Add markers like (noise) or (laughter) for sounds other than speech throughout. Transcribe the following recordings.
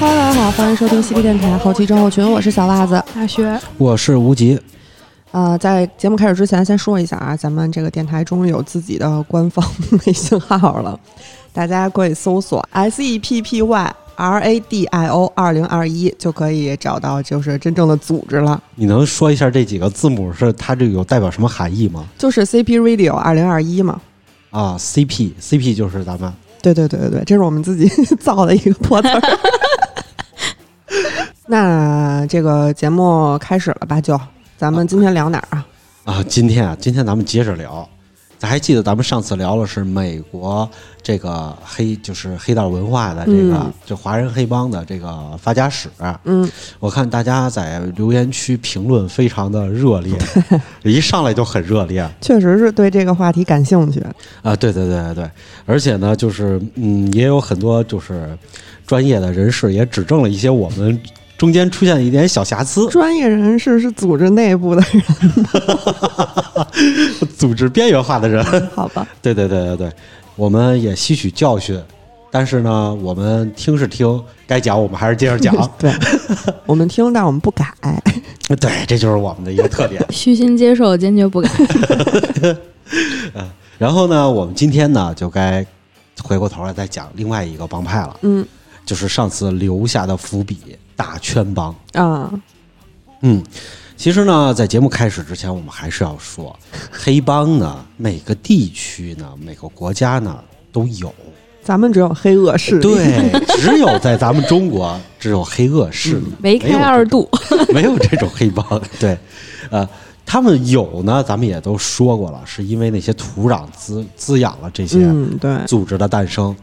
Hello，大家好，欢迎收听西 B 电台后期症候群，我是小袜子。大学我是无极，呃，在节目开始之前，先说一下啊，咱们这个电台终于有自己的官方微信号了，大家可以搜索 S E P P Y R A D I O 二零二一，就可以找到就是真正的组织了，你能说一下这几个字母是它这个有代表什么含义吗？就是 C P Radio 二零二一嘛。啊，CP CP 就是咱们对对对对对，这是我们自己 (laughs) 造的一个破 (laughs) 词儿。那这个节目开始了吧？就咱们今天聊哪儿啊？啊。今天啊，今天咱们接着聊，咱还记得咱们上次聊了是美国这个黑就是黑道文化的这个、嗯就华人黑帮的这个发家史。嗯，我看大家在留言区评论非常的 (laughs) 热烈，一上来就很热烈。确实是对这个话题感兴趣。啊，对对对对对，而且呢，就是嗯，也有很多就是专业的人士也指正了一些我们中间出现的一点小瑕疵，专业人士是组织内部的 (laughs) 人，组织边缘化的人。 (laughs) 好吧？对对对对对，我们也吸取教训，但是呢，我们听是听，该讲我们还是接 (laughs) 着讲。对，我们听，但我们不改。对，这就是我们的一个特点。 (laughs) 虚心接受，坚决不改。然后呢，我们今天呢就该回过头来再讲另外一个帮派了，嗯就是上次留下的伏笔——大圈帮。啊，嗯，其实呢，在节目开始之前，我们还是要说，黑帮呢，每个地区呢，每个国家呢都有。咱们只有黑恶势力。，对，只有在咱们中国，只有黑恶势力， (laughs) 梅开二度，没有这种黑帮。对，呃，他们有呢，咱们也都说过了，是因为那些土壤滋滋养了这些嗯，对，组织的诞生。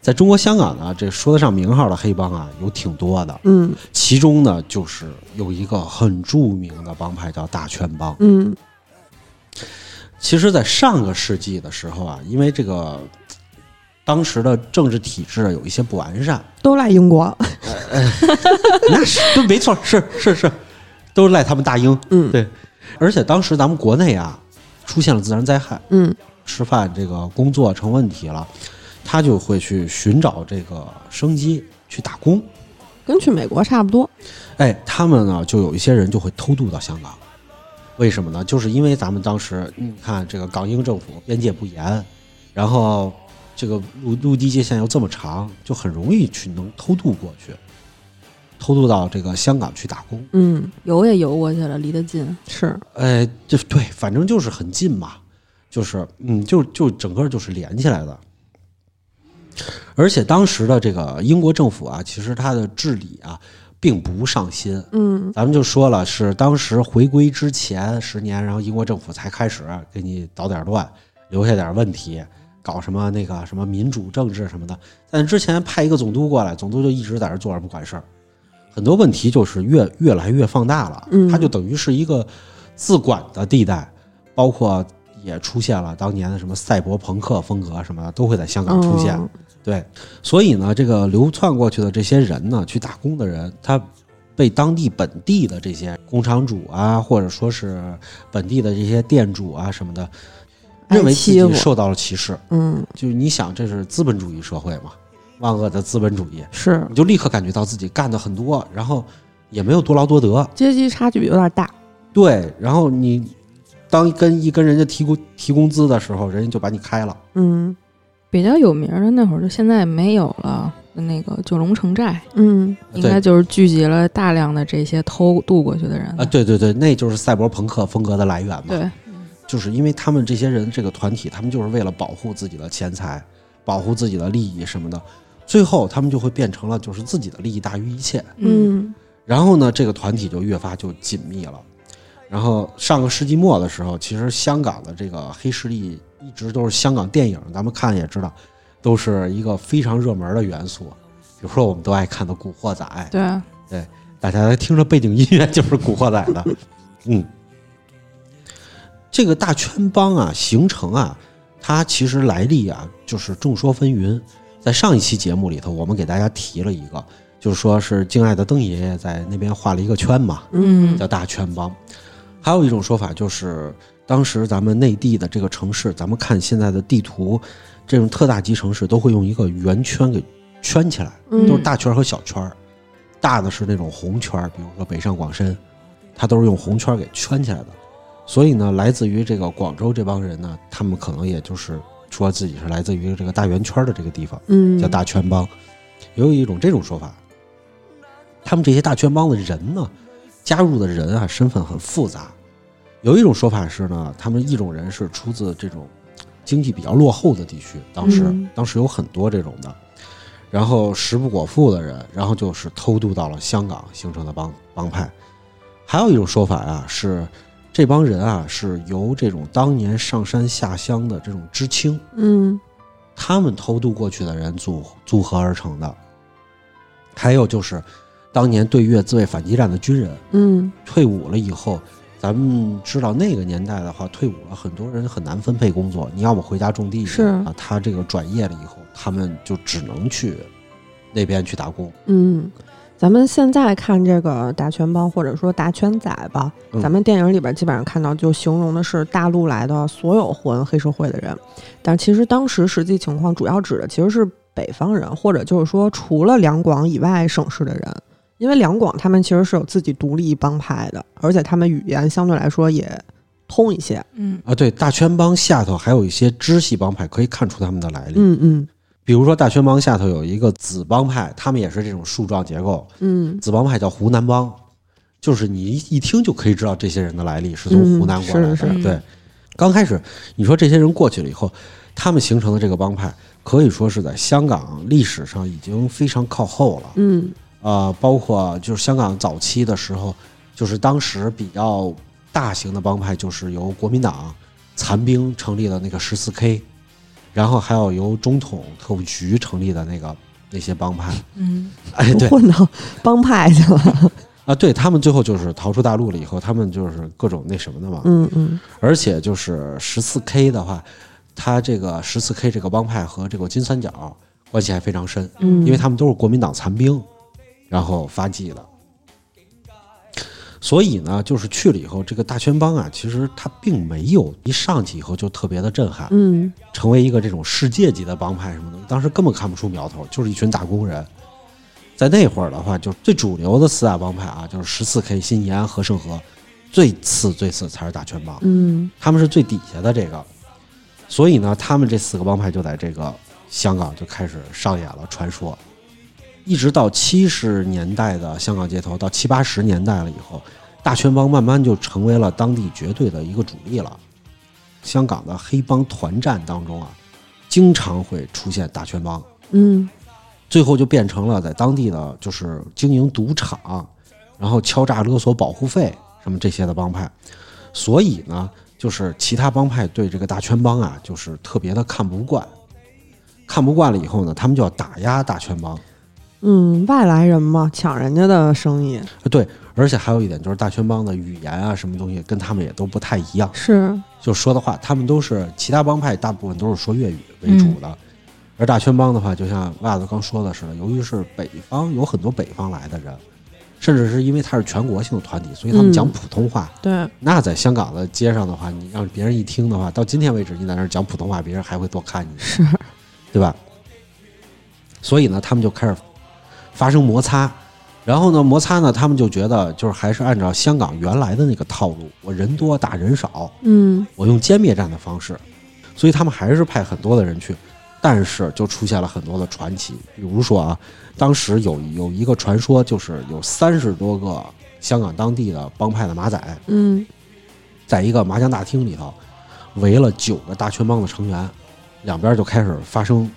在中国香港呢，这说得上名号的黑帮啊，有挺多的。嗯其中呢，就是有一个很著名的帮派叫大圈帮。嗯其实，在上个世纪的时候啊，因为这个当时的政治体制有一些不完 (laughs) 善，都赖英国。那是对，没错，是是是，都赖他们大英。嗯对，而且当时咱们国内啊，出现了自然灾害，嗯吃饭这个工作成问题了，他就会去寻找这个生机，去打工。跟去美国差不多。哎，他们呢，就有一些人就会偷渡到香港，为什么呢？就是因为咱们当时，你看这个港英政府边界不严，然后这个陆陆地界限又这么长，就很容易去能偷渡过去，偷渡到这个香港去打工。嗯，游也游过去了，离得近。是，哎，这对，反正就是很近嘛，就是嗯，就就整个就是连起来的。而且当时的这个英国政府啊，其实它的治理啊，并不上心，嗯咱们就说了，是当时回归之前十年，然后英国政府才开始给你捣点乱，留下点问题，搞什么那个什么民主政治什么的。但之前派一个总督过来，总督就一直在这坐着不管事儿，很多问题就是越越来越放大了嗯。它就等于是一个自管的地带，包括也出现了当年的什么赛博朋克风格什么的，都会在香港出现。嗯对，所以呢，这个流窜过去的这些人呢，去打工的人，他被当地本地的这些工厂主啊，或者说是本地的这些店主啊什么的，挨认为自欺负己受到了歧视。嗯，就是你想，这是资本主义社会嘛，万恶的资本主义，是你就立刻感觉到自己干的很多，然后也没有多劳多得。阶级差距有点大。对，然后你当跟一跟人家提工提工资的时候，人家就把你开了。嗯比较有名的那会儿，就现在没有了。那个九龙城寨嗯应该就是聚集了大量的这些偷渡过去的人嗯啊，对对对，那就是赛博朋克风格的来源嘛。对，就是因为他们这些人这个团体，他们就是为了保护自己的钱财，保护自己的利益什么的，最后他们就会变成了就是自己的利益大于一切。嗯，然后呢，这个团体就越发就紧密了。然后上个世纪末的时候，其实香港的这个黑势力一直都是香港电影，咱们看也知道，都是一个非常热门的元素。比如说我们都爱看的《古惑仔》，对，大家听着背景音乐就是《古惑仔》的， (laughs) 嗯，这个大圈帮啊形成啊，它其实来历啊就是众说纷纭。在上一期节目里头，我们给大家提了一个，就是说是敬爱的邓爷爷在那边画了一个圈嘛，嗯叫大圈帮。还有一种说法就是，当时咱们内地的这个城市，咱们看现在的地图，这种特大级城市都会用一个圆圈给圈起来，嗯都是大圈儿和小圈儿。大的是那种红圈儿，比如说北上广深，它都是用红圈儿给圈起来的。所以呢，来自于这个广州这帮人呢，他们可能也就是说自己是来自于这个大圆圈儿的这个地方。嗯，叫大圈帮，也有一种这种说法。他们这些大圈帮的人呢，加入的人啊，身份很复杂。有一种说法是呢，他们一种人是出自这种经济比较落后的地区，当时、嗯当时有很多这种的，然后食不果腹的人，然后就是偷渡到了香港形成的帮帮派。还有一种说法啊，是这帮人啊是由这种当年上山下乡的这种知青，嗯他们偷渡过去的人组组合而成的。还有就是，当年对越自卫反击战的军人嗯退伍了以后，咱们知道那个年代的话，退伍了很多人很难分配工作，你要么回家种地去是啊，他这个转业了以后，他们就只能去那边去打工。嗯，咱们现在看这个打拳帮或者说打圈仔吧，嗯咱们电影里边基本上看到就形容的是大陆来的所有混黑社会的人，但其实当时实际情况主要指的其实是北方人，或者就是说除了两广以外省市的人。因为两广他们其实是有自己独立帮派的，而且他们语言相对来说也通一些。嗯啊，对，大圈帮下头还有一些支系帮派，可以看出他们的来历。嗯嗯比如说，大圈帮下头有一个子帮派，他们也是这种树状结构，嗯，子帮派叫湖南帮，就是你一一听就可以知道这些人的来历是从湖南过来的。嗯是是是对，刚开始你说这些人过去了以后，他们形成的这个帮派可以说是在香港历史上已经非常靠后了。嗯呃，包括就是香港早期的时候，就是当时比较大型的帮派，就是由国民党残兵成立的那个十四 K，然后还有由中统特务局成立的那个那些帮派。嗯哎，对，混到帮派去了。啊，对他们最后就是逃出大陆了以后，他们就是各种那什么的嘛。嗯嗯而且就是十四 K 的话，他这个十四 K 这个帮派和这个金三角关系还非常深，嗯，因为他们都是国民党残兵，然后发迹的。所以呢，就是去了以后，这个大圈帮啊，其实它并没有一上去以后就特别的震撼，嗯成为一个这种世界级的帮派什么的，当时根本看不出苗头，就是一群打工人。在那会儿的话，就最主流的四大帮派啊，就是十四 K、新延安、和盛和，最次最次才是打拳帮，嗯他们是最底下的这个。所以呢，他们这四个帮派就在这个香港就开始上演了传说，一直到七十年代的香港街头，到七八十年代了以后，大圈帮慢慢就成为了当地绝对的一个主力了。香港的黑帮团战当中啊，经常会出现大圈帮，嗯最后就变成了在当地的就是经营赌场，然后敲诈勒索保护费什么这些的帮派。所以呢，就是其他帮派对这个大圈帮啊，就是特别的看不惯，看不惯了以后呢，他们就要打压大圈帮。啊嗯，外来人嘛，抢人家的生意呃对，而且还有一点就是大圈帮的语言啊，什么东西跟他们也都不太一样。是就说的话，他们都是其他帮派大部分都是说粤语为主的，而大圈帮的话，就像袜子刚说的似的，由于是北方有很多北方来的人，甚至是因为它是全国性的团体，所以他嗯们讲普通话。对，那在香港的街上的话，你让别人一听的话，到今天为止，你在那儿讲普通话，别人还会多看你，是对吧？所以呢，他们就开始发生摩擦。然后呢，摩擦呢，他们就觉得就是还是按照香港原来的那个套路，我人多打人少，嗯我用歼灭战的方式，所以他们还是派很多的人去，但是就出现了很多的传奇，比如说啊，当时有有一个传说，就是有三十多个香港当地的帮派的马仔，嗯在一个麻将大厅里头围了九个大圈帮的成员，两边就开始发生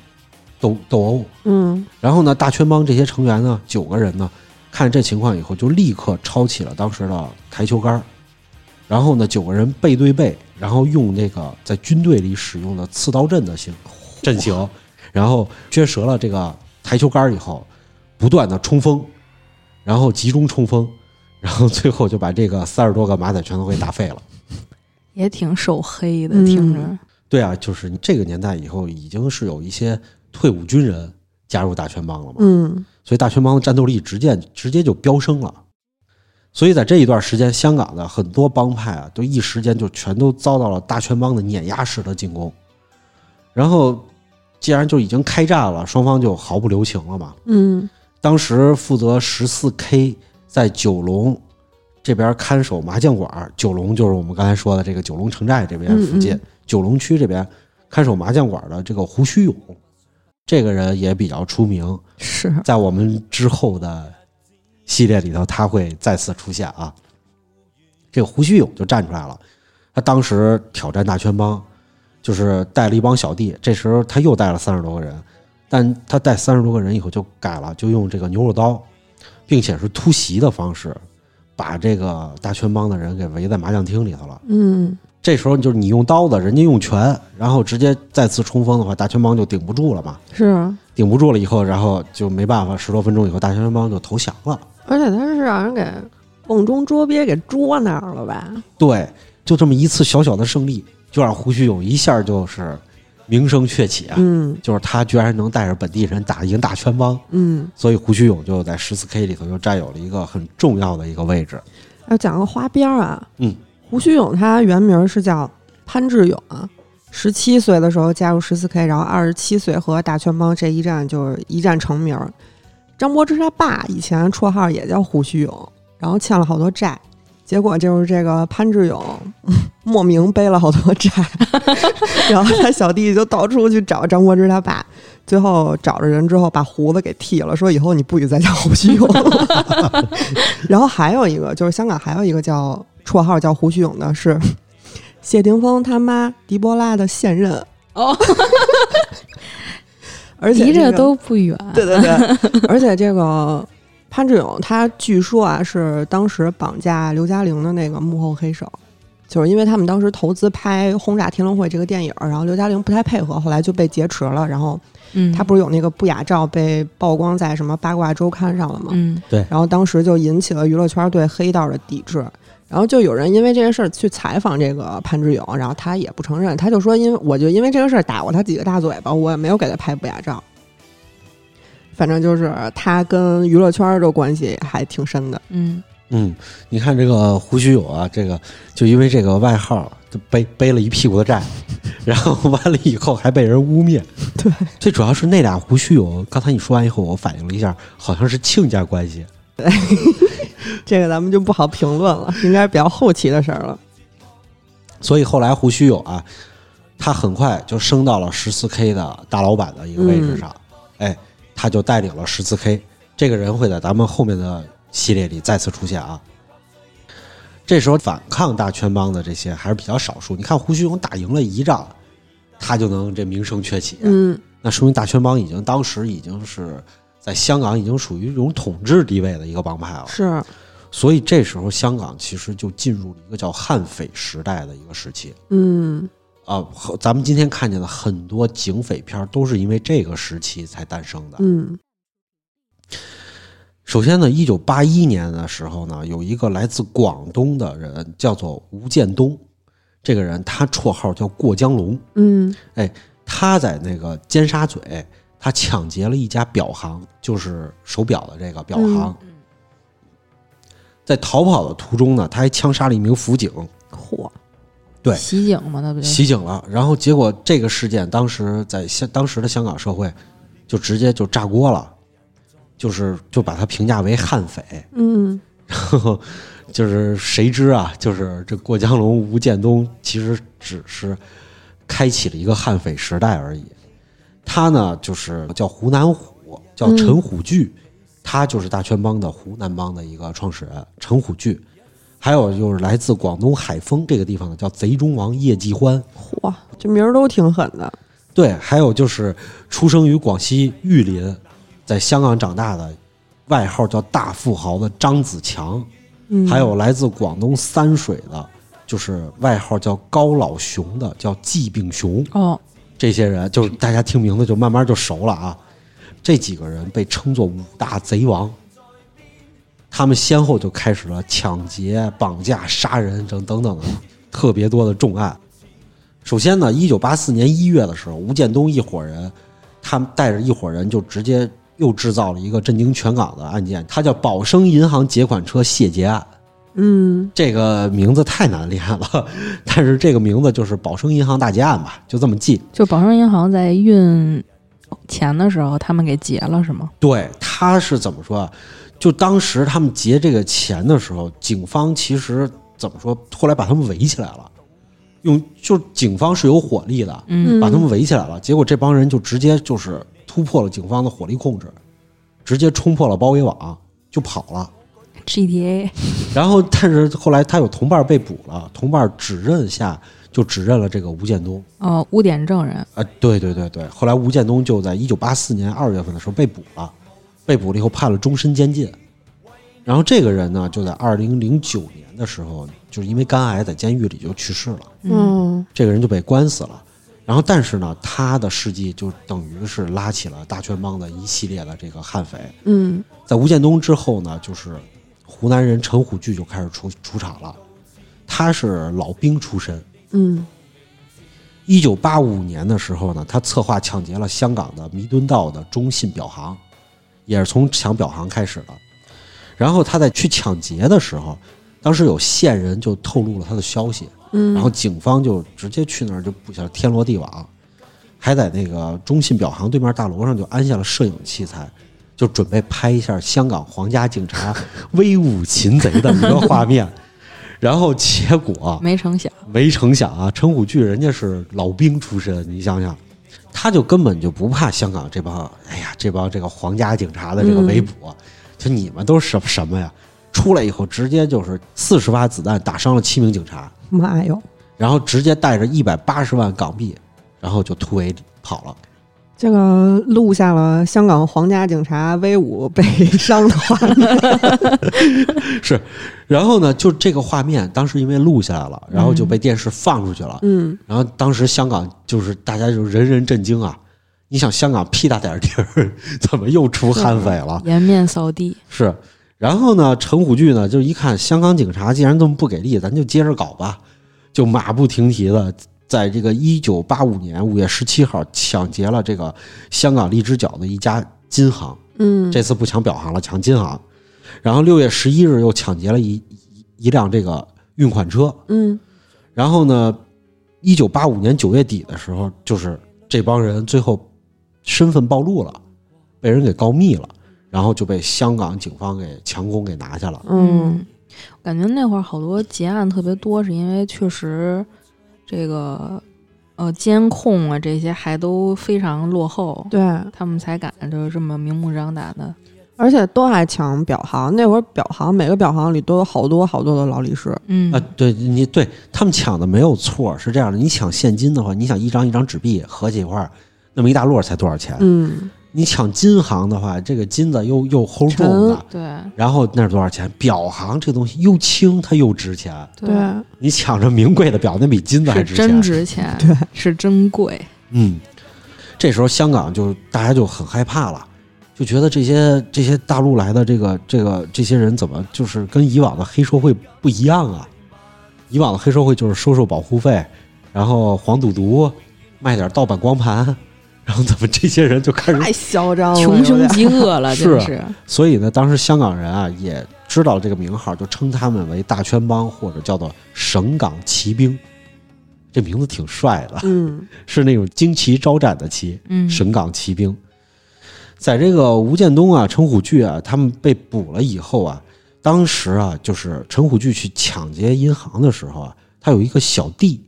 斗斗殴，嗯然后呢，大圈帮这些成员呢，九个人呢，看这情况以后，就立刻抄起了当时的台球杆儿，然后呢，九个人背对背，然后用那个在军队里使用的刺刀阵的形阵型，然后撅折了这个台球杆儿以后，不断的冲锋，然后集中冲锋，然后最后就把这个三十多个马仔全都给打废了。也挺受黑的，嗯听着，对啊，就是你这个年代以后，已经是有一些退伍军人加入大圈帮了嘛。嗯所以大圈帮的战斗力直接直接就飙升了。所以在这一段时间，香港的很多帮派啊，都一时间就全都遭到了大圈帮的碾压式的进攻。然后，既然就已经开战了，双方就毫不留情了嘛。嗯当时负责十四 K 在九龙这边看守麻将馆儿，九龙就是我们刚才说的这个九龙城寨这边附近，嗯嗯九龙区这边看守麻将馆儿的这个胡须勇，这个人也比较出名，是，在我们之后的系列里头，他会再次出现啊。这个胡须勇就站出来了，他当时挑战大圈帮，就是带了一帮小弟。这时候他又带了三十多个人，但他带三十多个人以后就改了，就用这个牛肉刀，并且是突袭的方式，把这个大圈帮的人给围在麻将厅里头了。嗯这时候就是你用刀子，人家用拳，然后直接再次冲锋的话，大圈帮就顶不住了嘛。是，顶不住了以后，然后就没办法，十多分钟以后，大学生帮就投降了。而且他是让人给瓮中捉鳖给捉那儿了吧？对，就这么一次小小的胜利，就让胡须勇一下就是名声鹊起啊！嗯就是他居然能带着本地人打赢大圈帮，嗯，所以胡须勇就在十四 K 里头就占有了一个很重要的一个位置。要讲个花边儿啊，嗯，胡须勇他原名是叫潘志勇啊。十七岁的时候加入十四 K，然后二十七岁和大圈帮这一战就是一战成名儿。张柏芝他爸以前绰号也叫胡须勇，然后欠了好多债，结果就是这个潘志勇嗯莫名背了好多债， (laughs) 然后他小弟就到处去找张柏芝他爸，最后找着人之后把胡子给剃了，说以后你不许再叫胡须勇了。 (laughs) 然后还有一个就是香港还有一个叫绰号叫胡须勇的是谢霆锋他妈狄波拉的现任哦， (laughs) 而且离这这个都不远。 (laughs) 对对对， (laughs) 而且这个潘志勇他据说啊是当时绑架刘嘉玲的那个幕后黑手，就是因为他们当时投资拍《轰炸天龙会》这个电影，然后刘嘉玲不太配合，后来就被劫持了。然后嗯，他不是有那个不雅照被曝光在什么八卦周刊上了吗？嗯，然后当时就引起了娱乐圈对黑道的抵制。然后就有人因为这个事儿去采访这个潘志勇，然后他也不承认，他就说因为我就因为这个事儿打过他几个大嘴巴，我也没有给他拍不雅照。反正就是他跟娱乐圈的关系还挺深的。嗯，嗯，你看这个胡须勇啊，这个就因为这个外号就背背了一屁股的债， (laughs) 然后完了以后还被人污蔑。对，最主要是那俩胡须勇，刚才你说完以后，我反应了一下，好像是亲家关系。这个咱们就不好评论了，应该是比较后期的事儿了。所以后来胡须有啊，他很快就升到了十四 K 的大老板的一个位置上，嗯哎，他就带领了十四 K。这个人会在咱们后面的系列里再次出现啊。这时候反抗大圈帮的这些还是比较少数。你看胡须勇打赢了一仗，他就能这名声鹊起，啊嗯，那说明大圈帮已经当时已经是在香港已经属于一种统治地位的一个帮派了。是，所以这时候香港其实就进入了一个叫悍匪时代的一个时期。嗯，啊，和咱们今天看见的很多警匪片儿都是因为这个时期才诞生的。嗯，首先呢，一九八一年的时候呢，有一个来自广东的人叫做吴建东，这个人他绰号叫过江龙，嗯，他在那个尖沙咀，他抢劫了一家表行，就是手表的这个表行。嗯在逃跑的途中呢，他还枪杀了一名辅警，嚯，对袭警嘛，那不就袭警了。然后结果这个事件当时在香当时的香港社会就直接就炸锅了，就是就把他评价为悍匪。 (laughs) 嗯，就是谁知啊，就是这过江龙、吴建东其实只是开启了一个悍匪时代而已。他呢，就是叫湖南虎，叫陈虎踞，他就是大圈帮的湖南帮的一个创始人陈虎踞。还有就是来自广东海丰这个地方的叫贼中王叶继欢，嚯，这名儿都挺狠的。对，还有就是出生于广西玉林，在香港长大的，外号叫大富豪的张子强，嗯，还有来自广东三水的，就是外号叫高老熊的，叫季炳雄。哦，这些人就是大家听名字就慢慢就熟了啊。这几个人被称作五大贼王，他们先后就开始了抢劫、绑架、杀人等等等的特别多的重案。首先呢，一九八四年一月的时候，吴建东一伙人，他们带着一伙人就直接又制造了一个震惊全港的案件，它叫宝生银行劫款车械劫案。嗯，这个名字太难念了， (laughs) 但是这个名字就是宝生银行大劫案吧，就这么记。就宝盛银行在运钱的时候，他们给结了是吗？对，他是怎么说啊？就当时他们结这个钱的时候，警方其实怎么说？后来把他们围起来了，用就警方是有火力的，嗯把他们围起来了。结果这帮人就直接就是突破了警方的火力控制，直接冲破了包围网就跑了。 ，GTA 然后，但是后来他有同伴被捕了，同伴指认下就指认了这个吴建东。哦，污点证人，啊，对对对对，后来吴建东就在一九八四年二月份的时候被捕了，被捕了以后判了终身监禁。然后这个人呢，就在二零零九年的时候，就是因为肝癌在监狱里就去世了。嗯这个人就被关死了。然后，但是呢，他的事迹就等于是拉起了大圈帮的一系列的这个悍匪。嗯在吴建东之后呢，就是湖南人陈虎踞就开始出出场了。他是老兵出身，嗯一九八五年的时候呢，他策划抢劫了香港的弥敦道的中信表行，也是从抢表行开始的。然后他在去抢劫的时候，当时有线人就透露了他的消息，嗯然后警方就直接去那儿就布下天罗地网，还在那个中信表行对面大楼上就安下了摄影器材，就准备拍一下香港皇家警察威武擒贼的一个画面。然后结果没成想，没成想啊，陈虎踞人家是老兵出身，你想想，他就根本就不怕香港这帮，哎呀，这帮这个皇家警察的这个围捕，就你们都是什么什么呀？出来以后，直接就是四十发子弹打伤了七名警察，妈哟，然后直接带着一百八十万港币，然后就突围跑了。这个录下了香港皇家警察威武被伤的画面。是，然后呢，就这个画面，当时因为录下来了，然后就被电视放出去了。嗯然后当时香港就是大家就人人震惊啊！你想香港屁大点儿地儿，怎么又出悍匪了？颜面扫地，是。然后呢，陈虎踞呢，就一看香港警察既然这么不给力，咱就接着搞吧，就马不停蹄的在这个一九八五年五月十七号抢劫了这个香港荔枝角的一家金行， (laughs) 嗯这次不抢表行了，抢金行。然后六月十一日又抢劫了一一一辆这个运款车，嗯然后呢，一九八五年九月底的时候，就是这帮人最后身份暴露了，被人给告密了，然后就被香港警方给强攻给拿下了。嗯，感觉那会儿好多结案特别多，是因为确实这个呃监控啊这些还都非常落后，对，他们才敢就是这么明目张胆的，而且都爱抢表行。那会儿表行每个表行里都有好多好多的劳力士。嗯啊，对你对他们抢的没有错，是这样的。你抢现金的话，你想一张一张纸币合起一块儿，那么一大摞才多少钱？嗯你抢金行的话，这个金子又又厚重啊的，对然后那是多少钱？表行这东西又轻，它又值钱。对，你抢着名贵的表，那比金子还是值钱。真值钱， (laughs) 对，是真贵，嗯，这时候香港就大家就很害怕了，就觉得这些这些大陆来的这个这个这些人怎么就是跟以往的黑社会不一样啊？以往的黑社会就是收受保护费，然后黄赌毒，卖点盗版光盘，然后怎么这些人就开始太嚣张了，穷哦有凶点极恶 (laughs) 了，是真啊是，所以呢，当时香港人啊也知道这个名号，就称他们为大圈帮或者叫做省港骑兵。这名字挺帅的，嗯是那种旌旗招展的旗。嗯，省港骑兵。在这个吴建东啊、陈虎踞啊，他们被捕了以后啊，当时啊，就是陈虎踞去抢劫银行的时候啊，他有一个小弟，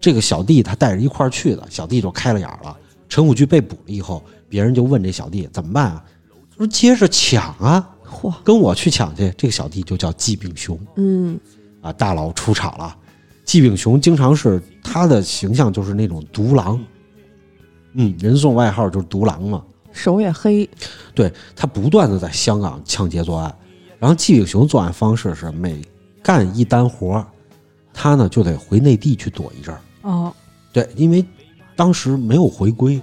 这个小弟他带着一块儿去的，小弟就开了眼儿了。陈虎踞被捕了以后，别人就问这小弟怎么办啊？他说接着抢啊， (laughs) 嚯，跟我去抢去。这个小弟就叫季炳雄。嗯啊，大佬出场了。季炳雄经常是他的形象就是那种独狼，嗯，人送外号就是独狼嘛。手也黑，对他不断的在香港抢劫作案，然后季炳雄作案方式是每干一单活儿，他呢就得回内地去躲一阵儿。哦，对，因为当时没有回归，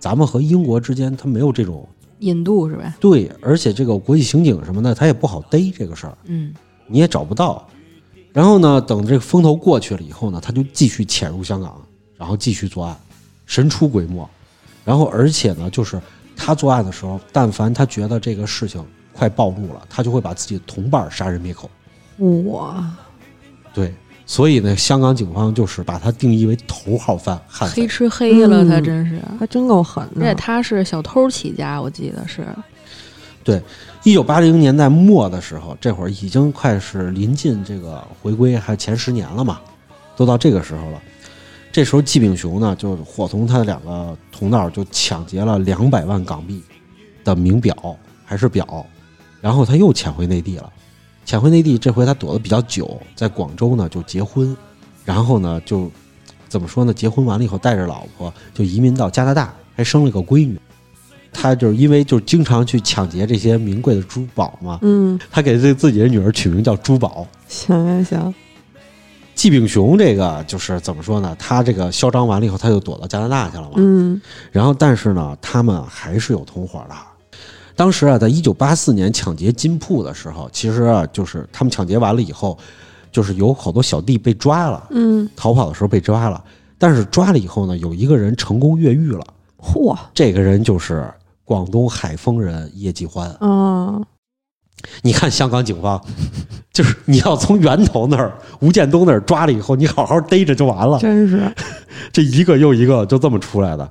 咱们和英国之间他没有这种印度是吧？对，而且这个国际刑警什么的他也不好逮这个事儿。嗯，你也找不到。然后呢，等这个风头过去了以后呢，他就继续潜入香港，然后继续作案，神出鬼没。然后而且呢，就是他作案的时候，但凡他觉得这个事情快暴露了，他就会把自己的同伴杀人灭口。哇，对，所以呢，香港警方就是把他定义为头号犯悍黑匪。吃黑了，嗯他真是。还真够狠而且的。他是小偷起家，我记得是，一九八零年代末的时候，这会儿已经快是临近这个回归还前十年了嘛，都到这个时候了。这时候，季炳雄呢就伙同他的两个同道就抢劫了两百万港币的名表，还是表，然后他又潜回内地了。潜回内地，这回他躲得比较久，在广州呢就结婚，然后呢就怎么说呢？结婚完了以后，带着老婆就移民到加拿大，还生了个闺女。他就是因为就是经常去抢劫这些名贵的珠宝嘛，嗯，他给这自己的女儿取名叫珠宝。行行行，季炳雄这个就是怎么说呢？他这个嚣张完了以后，他就躲到加拿大去了嘛。嗯然后，但是呢，他们还是有同伙的。当时啊，在一九八四年抢劫金铺的时候，其实啊，就是他们抢劫完了以后，就是有好多小弟被抓了，嗯，逃跑的时候被抓了。但是抓了以后呢，有一个人成功越狱了，嚯，这个人就是广东海丰人叶继欢。啊，你看香港警方， (laughs) 就是你要从源头那儿吴建东那儿抓了以后，你好好逮着就完了。真是，这一个又一个就这么出来的。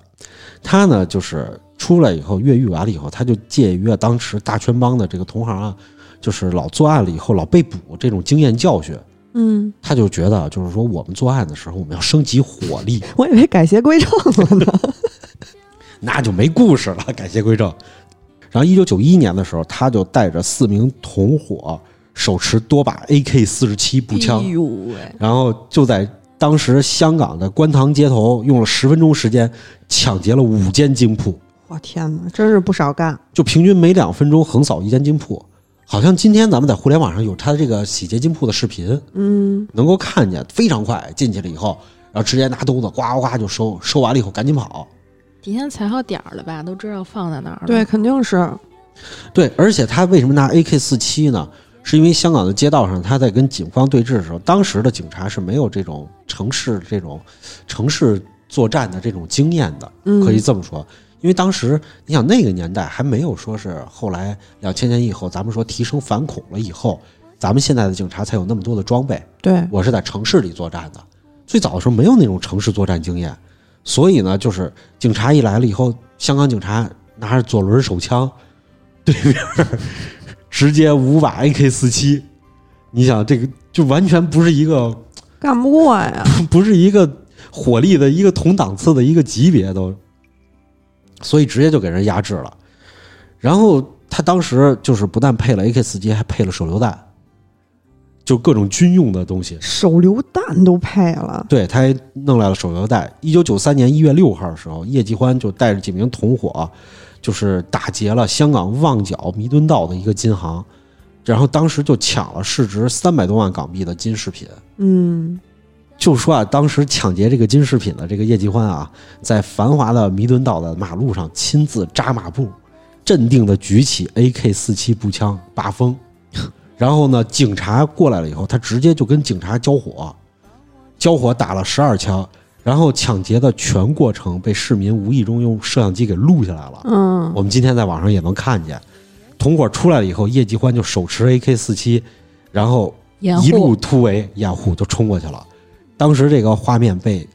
他呢，就是出来以后越狱完了以后，他就介于啊当时大圈帮的这个同行啊，就是老作案了以后老被捕这种经验教训，嗯，他就觉得啊就是说我们作案的时候我们要升级火力，我以为改邪归正了呢。 (laughs) 那就没故事了，改邪归正。然后，一九九一年的时候，他就带着四名同伙，手持多把 AK 四十七步枪哎，呦喂，然后就在当时香港的观塘街头，用了十分钟时间抢劫了五间金铺，我天哪，真是不少干。就平均每两分钟横扫一间金铺。好像今天咱们在互联网上有他的这个洗劫金铺的视频，嗯，能够看见，非常快进去了以后，然后直接拿兜子呱呱呱就收，收完了以后赶紧跑。提前踩好点儿了吧？都知道放在哪儿了。对，，肯定是，对，而且他为什么拿 AK 四七呢？是因为香港的街道上，他在跟警方对峙的时候，当时的警察是没有这种城市这种城市作战的这种经验的，嗯可以这么说。因为当时你想那个年代还没有说是后来两千年以后，咱们说提升反恐了以后，咱们现在的警察才有那么多的装备。对，我是在城市里作战的。最早的时候没有那种城市作战经验，所以呢，就是警察一来了以后，香港警察拿着左轮手枪，对面儿直接五把 AK 四七，你想这个就完全不是一个干不过呀。不是一个火力的一个同档次的一个级别都，所以直接就给人压制了。然后他当时就是不但配了 AK 四七，还配了手榴弹，就各种军用的东西。手榴弹都配了，对，他还弄来了手榴弹。一九九三年一月六号的时候，叶继欢就带着几名同伙，就是打劫了香港旺角弥敦道的一个金行，然后当时就抢了市值三百多万港币的金饰品。嗯，就说啊，当时抢劫这个金饰品的这个叶继欢啊，在繁华的弥敦道的马路上亲自扎马步，镇定地举起 AK 四七步枪把风， (laughs) 然后呢，警察过来了以后，他直接就跟警察交火，交火打了十二枪，然后抢劫的全过程被市民无意中用摄像机给录下来了。嗯，我们今天在网上也能看见，同伙出来了以后，叶继欢就手持 AK 四七，然后掩一路护突围掩护就冲过去了。当时这个画面被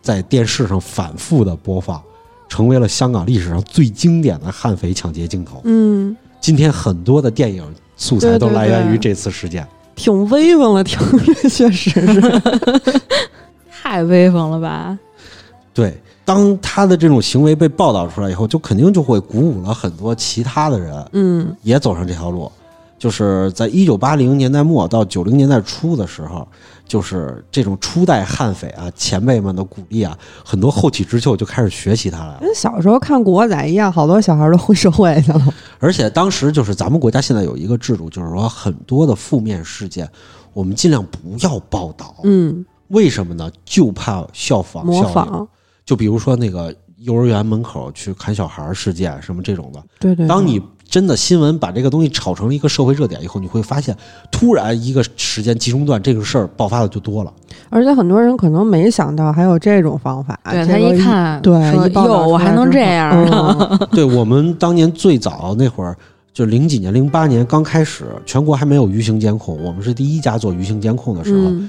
在电视上反复的播放，成为了香港历史上最经典的悍匪抢劫镜头。嗯，今天很多的电影素材都对对来源于对这次事件。挺 (laughs) 威风了，听着确实是，太威风了吧？对，当他的这种行为被报道出来以后，就肯定就会鼓舞了很多其他的人，嗯也走上这条路。就是在一九八零年代末到九零年代初的时候，就是这种初代悍匪啊，前辈们的鼓励啊，很多后起之秀就开始学习他来了。 (laughs) 跟小时候看国仔一样，好多小孩都混社会去了，而且当时就是咱们国家现在有一个制度，就是说很多的负面事件，我们尽量不要报道。 (laughs) 嗯，为什么呢？就怕效仿效模应仿，就比如说那个幼儿园门口去砍小孩儿事件什么这种的，对对，对当你真的新闻把这个东西炒成了一个社会热点以后，你会发现，突然一个时间集中段，这个事儿爆发的就多了。而且很多人可能没想到还有这种方法，对啊这他个一看，对说一报道哟，我出来还能之这后样啊呢？嗯对我们当年最早那会儿，就零几年、零八年刚开始，全国还没有鱼形监控，我们是第一家做鱼形监控的时候，嗯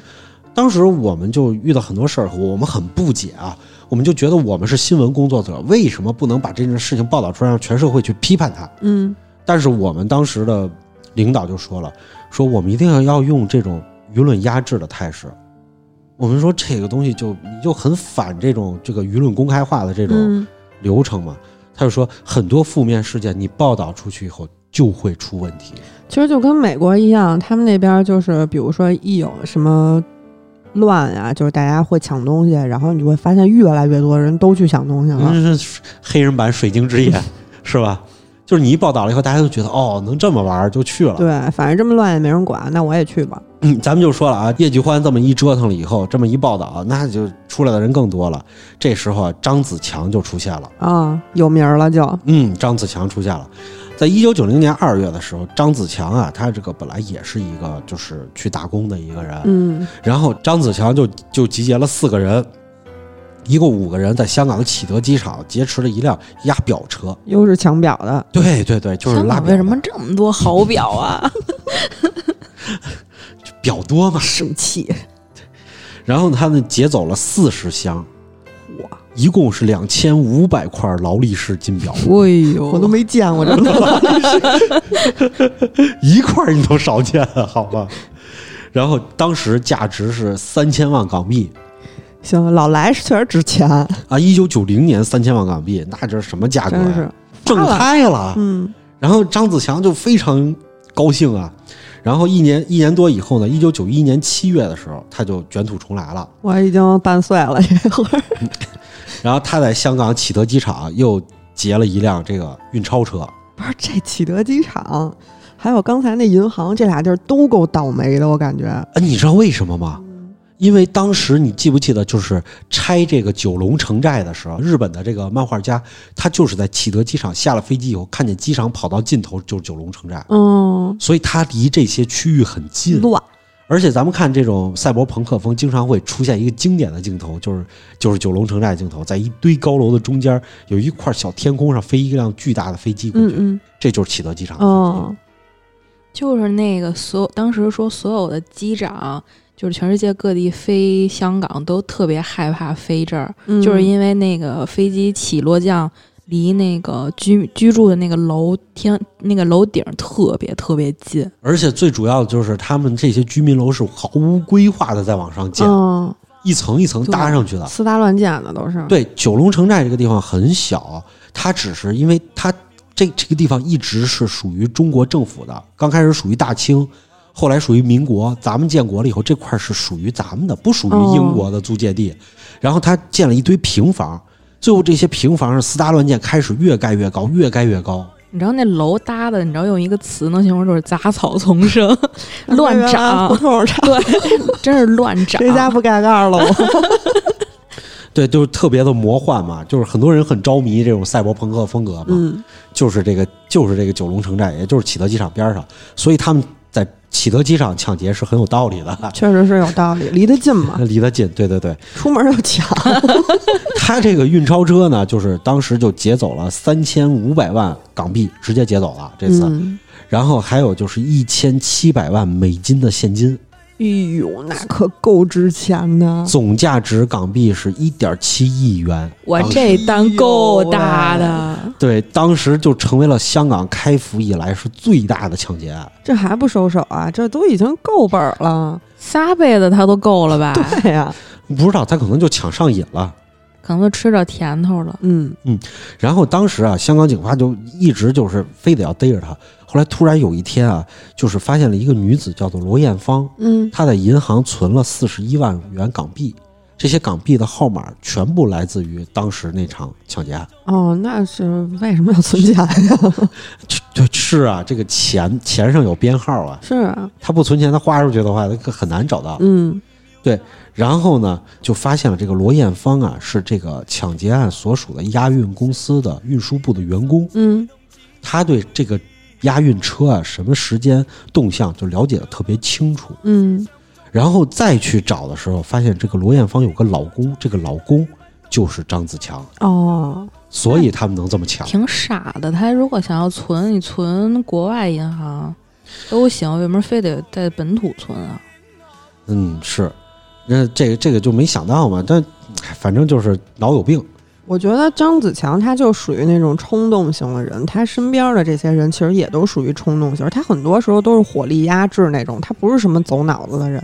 当时我们就遇到很多事儿，我们很不解啊，我们就觉得我们是新闻工作者，为什么不能把这件事情报道出来，让全社会去批判它？嗯但是我们当时的领导就说了，说我们一定要要用这种舆论压制的态势。我们说这个东西就你就很反这种这个舆论公开化的这种嗯流程嘛。他就说很多负面事件你报道出去以后就会出问题。其实就跟美国一样，他们那边就是，比如说一有什么乱啊，就是大家会抢东西，然后你就会发现越来越多人都去抢东西了。嗯，是黑人版《水晶之夜》是吧？就是你一报道了以后，大家就觉得哦，能这么玩儿就去了。对，反正这么乱也没人管，那我也去吧。嗯咱们就说了啊，叶菊欢这么一折腾了以后，这么一报道，那就出来的人更多了。这时候啊，张子强就出现了。啊，有名儿了就，嗯，张子强出现了。在一九九零年二月的时候，张子强啊，他这个本来也是一个就是去打工的一个人，嗯然后张子强就就集结了四个人，一共五个人，在香港的启德机场劫持了一辆压表车。又是抢表的，对对对，就是香拉港表。为什么这么多好表啊？表多嘛？生气，然后他们劫走了四十箱，哇，一共是两千五百块劳力士金 (laughs) 表，哎呦， (laughs) 我都没见过这个。一块儿你都少见，啊好吧？然后当时价值是三千万港币行，老来确实值钱，啊，一九九零年三千万港币，那这是什么价格真呀、是，挣开了。嗯然后张子强就非常高兴啊。然后一年一年多以后呢，一九九一年七月的时候，他就卷土重来了。我已经半岁了， (laughs) 这会儿然后他在香港启德机场又劫了一辆这个运钞车，不是这启德机场，还有刚才那银行，这俩地儿都够倒霉的，我感觉。呃，你知道为什么吗？嗯因为当时你记不记得，就是拆这个九龙城寨的时候，日本的这个漫画家，他就是在启德机场下了飞机以后，看见机场跑道尽头就是九龙城寨，嗯，所以他离这些区域很近。乱，而且咱们看这种赛博朋克风，经常会出现一个经典的镜头，就是就是九龙城寨镜头，在一堆高楼的中间有一块小天空上飞一辆巨大的飞机过去，嗯这就是启德机嗯，场的飞机。哦， (laughs) 就是那个所有当时说所有的机长，就是全世界各地飞香港都特别害怕飞这儿，嗯就是因为那个飞机起落降离那个居居住的那个楼天那个楼顶特别特别近，而且最主要的就是他们这些居民楼是毫无规划的在往上建，嗯，一层一层搭上去的。私搭乱建的都是。，对，九龙城寨这个地方很小，它只是因为它这这个地方一直是属于中国政府的，刚开始属于大清，后来属于民国，咱们建国了以后，这块儿是属于咱们的，不属于英国的租界地。然后他建了一堆平房，最后这些平房是私搭乱建，开始越盖越高，越盖越高。你知道那楼搭的，你知道用一个词能形容就是杂草丛生， (laughs) 啊乱胡长，同长， (laughs) 真是乱长。谁家不盖盖儿了？ (laughs) 我对，就是特别的魔幻嘛，就是很多人很着迷这种赛博朋克风格嘛。嗯，就是这个就是这个九龙城寨，也就是启德机场边上，所以他们在启德机场抢劫是很有道理 (laughs) 的。确实是有道理，离得近嘛，离得近，对对对，出门就 (laughs) 抢。他这个运钞车呢，就是当时就劫走了三千五百万港币，直接劫走了这次，嗯，然后还有就是一千七百万美金的现金，哎呦，那可够值钱的。总价值港币是一点七亿元。我当时这单够啊大的，对，当时就成为了香港开服以来是最大的抢劫案。这还不收手啊？这都已经够本儿了。仨被子他都够了吧？对呀、不知道他可能就抢上瘾了。可能都吃着甜头了。嗯，然后当时啊，香港警方就一直就是非得要逮着他。后来突然有一天啊，就是发现了一个女子叫做罗艳芳，嗯，她在银行存了四十一万元港币，这些港币的号码全部来自于当时那场抢劫案。哦，那是为什么要存钱呀？ (laughs) 对，是啊，这个钱钱上有编号啊，是啊，他不存钱，他花出去的话，他很难找到。嗯，然后呢，就发现了这个罗艳芳啊，是这个抢劫案所属的押运公司的运输部的员工。嗯，他对这个押运车啊什么时间动向就了解的特别清楚。嗯，然后再去找的时候，发现这个罗艳芳有个老公，这个老公就是张子强，哦，所以他们能这么抢。挺傻的。他如果想要存，你存国外银 (laughs) 行都行，为什么非得在本土存啊？嗯，是。那这个这个就没想到嘛，但哎反正就是脑有病，我觉得张子强他就属于那种冲动型的人，他身边的这些人其实也都属于冲动型，他很多时候都是火力压制那种，他不是什么走脑子的人，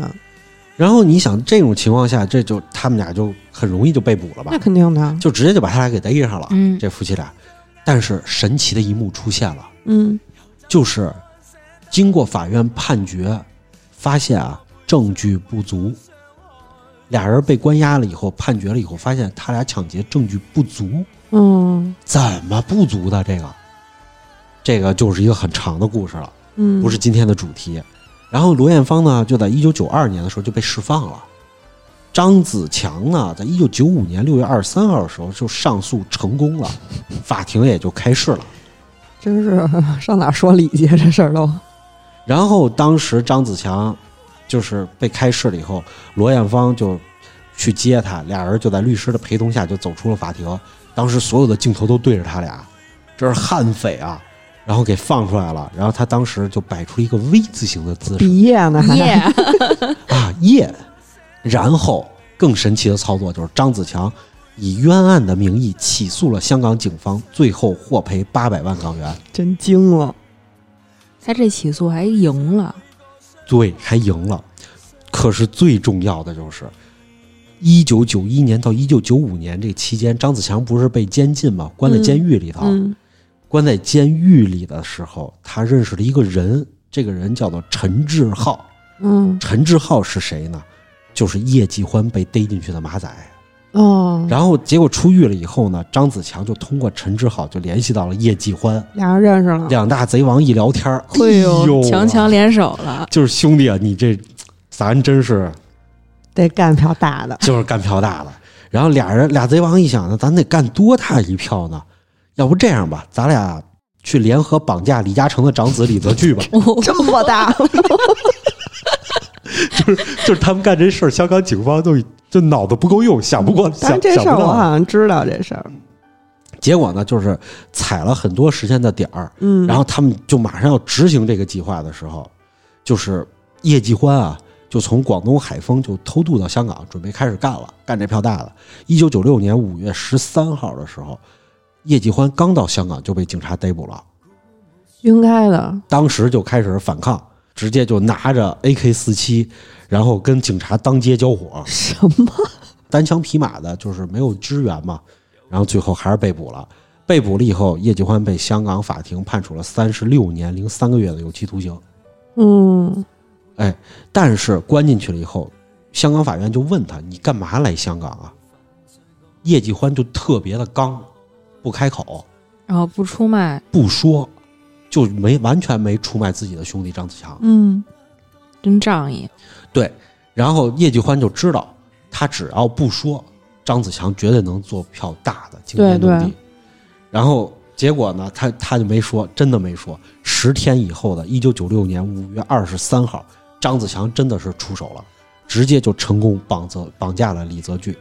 然后你想这种情况下，这就他们俩就很容易就被捕了吧那？肯定的。就直接就把他俩给逮上了，嗯这夫妻俩。但是神奇的一幕出现了，嗯，就是经过法院判决，发现啊证据不足，俩人被关押了以后，判决了以后，发现他俩抢劫证据不足，嗯怎么不足的？这个，这个就是一个很长的故事了。嗯，不是今天的主题。然后罗艳芳呢，就在一九九二年的时候就被释放了。张子强呢，在一九九五年六月二十三号的时候就上诉成功了，法庭也就开市了。真是上哪儿说理去？这事儿都，然后当时张子强就是被开市了以后，罗艳芳就去接他，俩人就在律师的陪同下就走出了法庭。当时所有的镜头都对着他俩，这是悍匪啊！然后给放出来了，然后他当时就摆出一个 V 字形的姿势，毕业呢还。耶，啊耶！然后更神奇的操作就是张子强以冤案的名义起诉了香港警方，最后获赔八百万港元， (laughs) 真惊了，他这起诉还赢了，对，还赢了。可是最重要的就是，一九九一年到一九九五年这期间，张子强不是被监禁嘛，关在监狱里头。嗯关在监狱里的时候，他认识了一个人，这个人叫做陈志浩。嗯陈志浩是谁呢？就是叶继欢被逮进去的马仔。哦，然后结果出狱了以后呢，张子强就通过陈志浩就联系到了叶继欢，俩人认识了，两大贼王一聊天儿，会哎呦有啊强强联手了，就是兄弟啊，你这咱真是得干票大的，就是干票大了。然后俩人俩贼王一想呢，咱得干多大一票呢？要不这样吧，咱俩去联合绑架李嘉诚的长子李泽钜吧。 (laughs) 这么 (laughs) 大，就是他们干这事儿，香港警方都就脑子不够用，想不过但想这想事儿不我好到。像知道这事儿，结果呢，就是踩了很多时间的点儿，嗯，然后他们就马上要执行这个计划的时候，就是叶继欢啊，就从广东海丰就偷渡到香港，准备开始干了，干这票大的。一九九六年五月十三号的时候，叶继欢刚到香港就被警察逮捕了，应该的，当时就开始反抗，直接就拿着 AK 四七，然后跟警察当街交火， (laughs) 什么？单枪匹马的，就是没有支援嘛，然后最后还是被捕了。被捕了以后，叶继欢被香港法庭判处了三十六年零三个月的有期徒刑。嗯但是关进去了以后，香港法院就问他：“你干嘛来香港啊？”叶继欢就特别的刚，不开口，然后不出卖，不说，就没完全没出卖自己的兄弟张子强。嗯，真仗义，对，然后叶继欢就知道，他只要不说，张子强绝对能做票大的，惊天动地。对对然后结果呢，他他就没说，真的没说。十天以后的一九九六年五月二十三号，张子强真的是出手了，直接就成功绑泽绑架了李泽钜。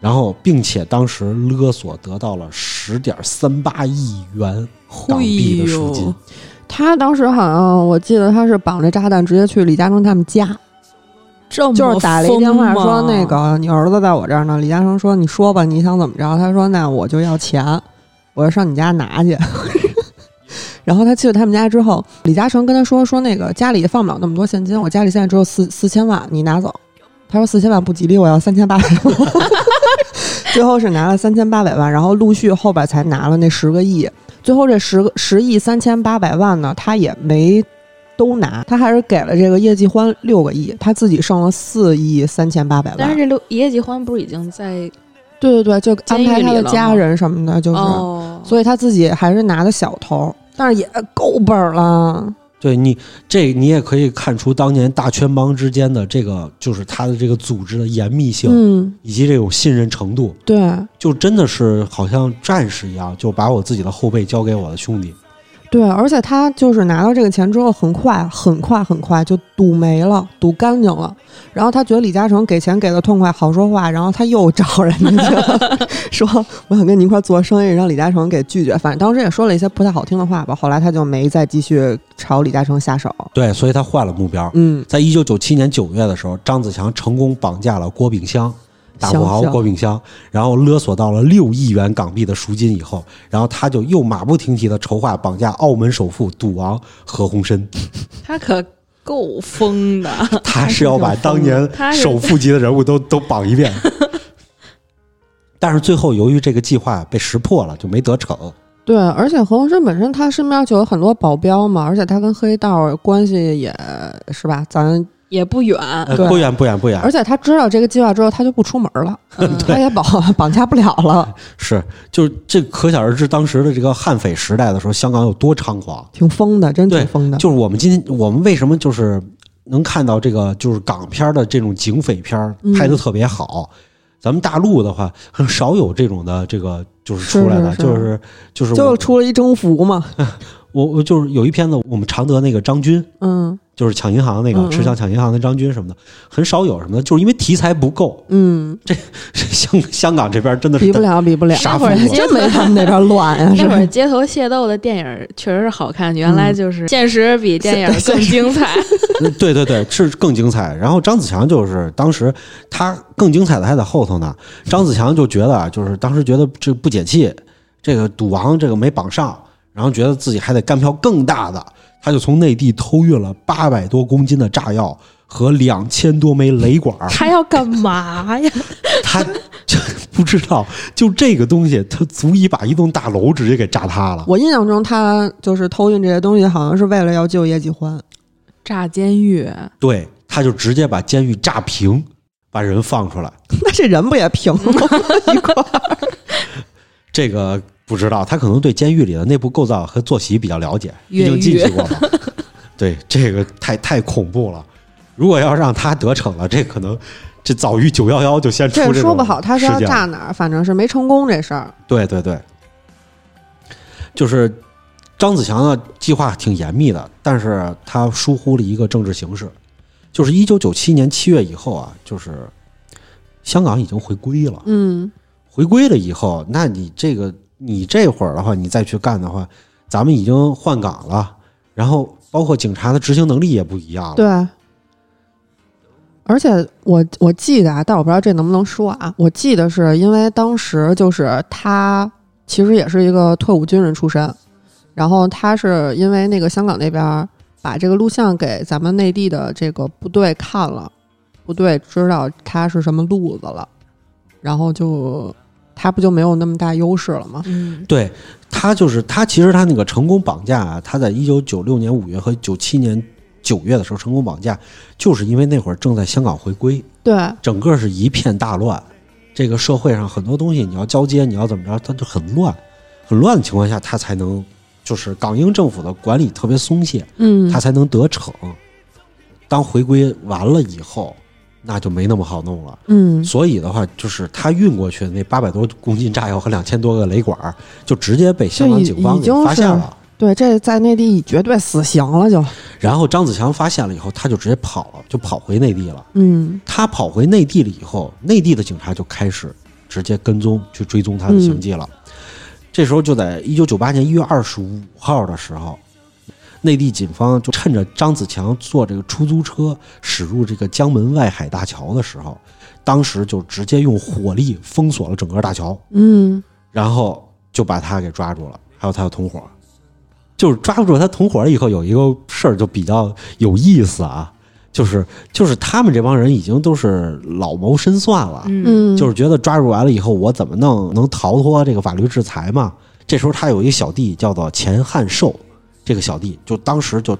然后，并且当时勒索得到了十点三八亿元港币的赎哎金嘿呦，他当时好像我记得他是绑着炸弹直接去李嘉诚他们家，这么就是打了一电话疯吗说那，个你儿子在我这儿呢，李嘉诚说你说吧，你想怎么着？他说那我就要钱，我要上你家拿去。 (laughs) 然后他去了他们家之后，李嘉诚跟他说说那个家里放不了那么多现金，我家里现在只有四四千万，你拿走。他说四千万不吉利，我要三千八百 (laughs) 万。 (laughs) 最后是拿了三千八百万，然后陆续后边才拿了那十个亿。最后这十个十亿三千八百万呢，他也没都拿，他还是给了这个叶继欢六个亿，他自己剩了四亿三千八百但是万。这六爷继欢不是已经在对对对，就安排他监狱里的了家吗人什么的，就是，哦，所以他自己还是拿的小头，但是也够本儿了。对你，这你也可以看出当年大圈帮之间的这个，就是他的这个组织的严密性，嗯，以及这种信任程度，对就真的是好像战士一样，就把我自己的后背交给我的兄弟。对，而且他就是拿到这个钱之后，很快、很快、很快就赌没了，赌干净了。然后他觉得李嘉诚给钱给的痛快，好说话，然后他又找人家 (laughs) 去了，说我想跟你一块儿做生意，让李嘉诚给拒绝。反正当时也说了一些不太好听的话吧。后来他就没再继续朝李嘉诚下手。对，所以他换了目标。嗯，在一九九七年九月的时候，张子强成功绑架了郭炳湘，大富豪想想郭炳湘，然后勒索到了六亿元港币的赎金以后，然后他就又马不停蹄的筹划绑架澳门首富赌王何鸿燊，他可够疯的。他是要把当年他是首富级的人物都 (laughs) 都绑一遍。但是最后，由于这个计划被识破了，就没得逞。对，而且何鸿燊本身他身边就有很多保镖嘛，而且他跟黑道关系也是吧，咱也不远，呃对不远不远不远而，且他知道这个计划之后，他就不出门了，嗯他也绑 (laughs) 绑架不了了，是就是这可想而知，当时的这个悍匪时代的时候，香港有多猖狂。挺疯的，真对挺疯的。就是我们今天我们为什么就是能看到这个就是港片儿的这种警匪片儿嗯拍的特别好，咱们大陆的话很少有这种的这个就是出来的，是是就是就是就我出了一征服嘛，我我就是有一片子我们常德那个张军。嗯就是抢银行那嗯个嗯持枪抢银行的张军什么的，很少有什么的，就是因为题材不够。 (laughs) 嗯，香香港这边真的是比不了，比不了，杀那会儿疯了真没 (laughs) 他们那边乱呀、那是会吧 (laughs) 儿街头械斗的电影确实是好看，原来就是现实比电影现更精彩。嗯 (laughs) 对对对，是更精彩。然后张子强就是当时他更精彩的还在后头呢。张子强就觉得啊，就是当时觉得这不解气，这个赌王这个没绑上，然后觉得自己还得干票更大的，他就从内地偷运了八百多公斤的炸药和两千多枚雷管儿。他要干嘛呀？他就不知道，就这个东西，他足以把一栋大楼直接给炸塌了。我印象中，他就是偷运这些东西，好像是为了要救叶继欢。 (laughs) (laughs) 炸监狱，对，他就直接把监狱炸平，把人放出来。那这人不也平 (laughs) 了吗？一块儿这个不知道，他可能对监狱里的内部构造和作息比较了解，毕越狱竟进去过嘛。 (laughs) 对，这个太太恐怖了。如果要让他得逞了，这可能这早于九幺幺就先出这种说不好他是要事件了炸哪儿，反正是没成功这事儿。对对对，就是张子强的计划挺严密的，但是他疏忽了一个政治形势，就是一九九七年七月以后啊，就是香港已经回归了。嗯，回归了以后，那你这个你这会儿的话，你再去干的话，咱们已经换岗了，然后包括警察的执行能力也不一样了。对。而且我我记得啊，但我不知道这能不能说啊。我记得是因为当时就是他其实也是一个退伍军人出身，然后他是因为那个香港那边儿把这个录像给咱们内地的这个部队看了，部队知道他是什么路子了，然后就他不就没有那么大优势了吗？嗯，对他就是他，其实他那个成功绑架啊，他在一九九六年五月和九七年九月的时候成功绑架，就是因为那会儿正在香港回归，对，整个是一片大乱，这个社会上很多东西你要交接，你要怎么着，它就很乱，很乱的情况下，他才能就是港英政府的管理特别松懈，嗯他才能得逞。当回归完了以后，那就没那么好弄了。嗯，所以的话，就是他运过去的那八百多公斤炸药和两千多个雷管儿，就直接被香港警方给这已发现已经了。对，这在内地绝对死刑了就，然后张子强发现了以后，他就直接跑了，就跑回内地了。嗯他跑回内地了以后，内地的警察就开始直接跟踪去追踪他的行迹了。这时候就在一九九八年一月二十五号的时候，内地警方就趁着张子强坐这个出租车驶入这个江门外海大桥的时候，当时就直接用火力封锁了整个大桥，嗯，然后就把他给抓住了，还有他的同伙。就是抓住他同伙了以后，有一个事儿就比较有意思啊，就是就是他们这帮人已经都是老谋深算了，嗯，嗯，就是觉得抓住完了以后，我怎么弄能逃脱这个法律制裁嘛？这时候他有一个小弟叫做钱汉寿，这个小弟就当时就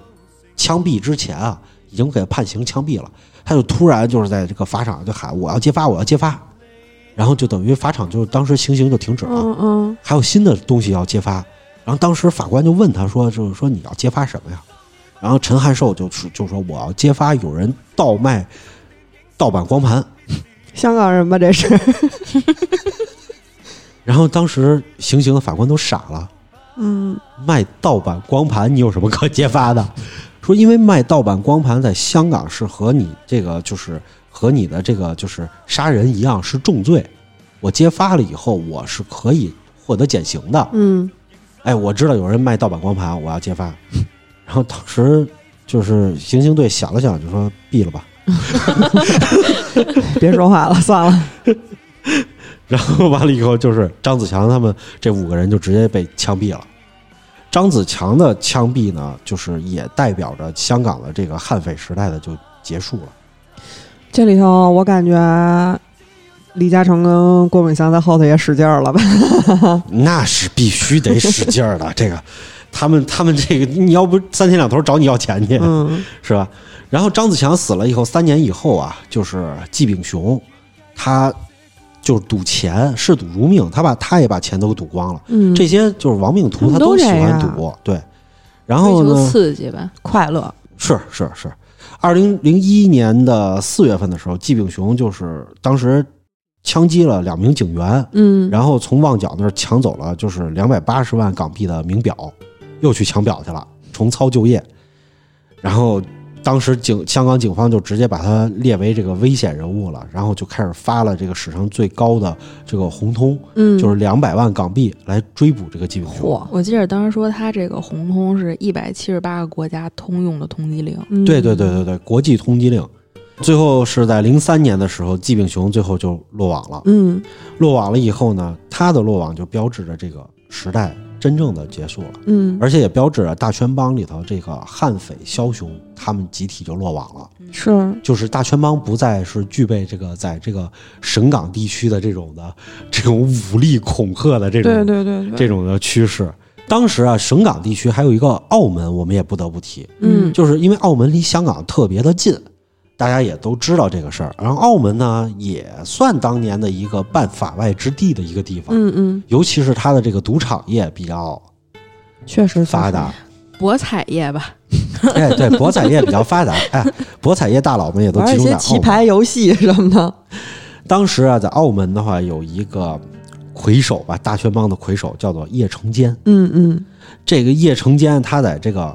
枪毙之前啊，已经给判刑枪毙了，他就突然就是在这个法场就喊我要揭发，我要揭发，然后就等于法场就当时行刑就停止了，嗯嗯还有新的东西要揭发。然后当时法官就问他说：“就是说你要揭发什么呀？”然后陈汉寿就说就说：“我要揭发有人盗卖盗版光盘。香港人吧这是，”然后当时行刑的法官都傻了，嗯卖盗版光盘，你有什么可揭发的？说因为卖盗版光盘在香港是和你这个就是和你的这个就是杀人一样是重罪，我揭发了以后我是可以获得减刑的。嗯哎，我知道有人卖盗版光盘，我要揭发。 (laughs) 然后当时就是刑警队想了想，就说毙了吧。 (laughs) (laughs) 别说话了，算了。然后完了以后，就是张子强他们这五个人就直接被枪毙了。张子强的枪毙呢，就是也代表着香港的这个悍匪时代的就结束了。 (laughs) 这里头我感觉李嘉诚跟郭炳湘在后头也使劲儿了吧？那是必须得使劲儿的，这个他们他们这个你要不三天两头找你要钱去，嗯是吧？然后张子强死了以后，三年以后啊，就是纪炳雄，他就是赌钱，嗜赌如命，他把他也把钱都给赌光了。嗯，这些就是亡命徒，他都喜这欢样啊赌，对。然追后呢？求刺激吧。 (laughs) 快乐，是是是，二零零一年的四月份的时候，纪炳雄就是当时枪击了两名警员，嗯然后从旺角那儿抢走了就是两百八十万港币的名表，又去抢表去了，重操旧业。然后当时警香港警方就直接把他列为这个危险人物了，然后就开始发了这个史上最高的这个红通，嗯，就是两百万港币来追捕这个纪炳雄。嚯，我记得当时说他这个红通是一百七十八个国家通用的通缉令，嗯对对对，对对，国际通缉令。最后是在零三年的时候，纪炳雄最后就落网了。嗯落网了以后呢，他的落网就标志着这个时代真正的结束了，嗯，而且也标志着大圈帮里头这个悍匪枭雄他们集体就落网了。是就是大圈帮不再是具备这个在这个省港地区的这种的这种武力恐吓的这种对对对对，这种的趋势。当时啊，省港地区还有一个澳门，我们也不得不提，嗯就是因为澳门离香港特别的近，大家也都知道这个事儿。然后澳门呢，也算当年的一个半法外之地的一个地方，嗯嗯，尤其是它的这个赌场业比较确实发达。博彩业吧， (laughs) 哎，对，博彩业比较发达。哎，博彩业大佬们也都玩集一中在些澳棋门。牌游戏什么的，当时啊，在澳门的话，有一个魁首吧，大圈帮的魁首叫做叶成坚。嗯嗯这个叶成坚他在这个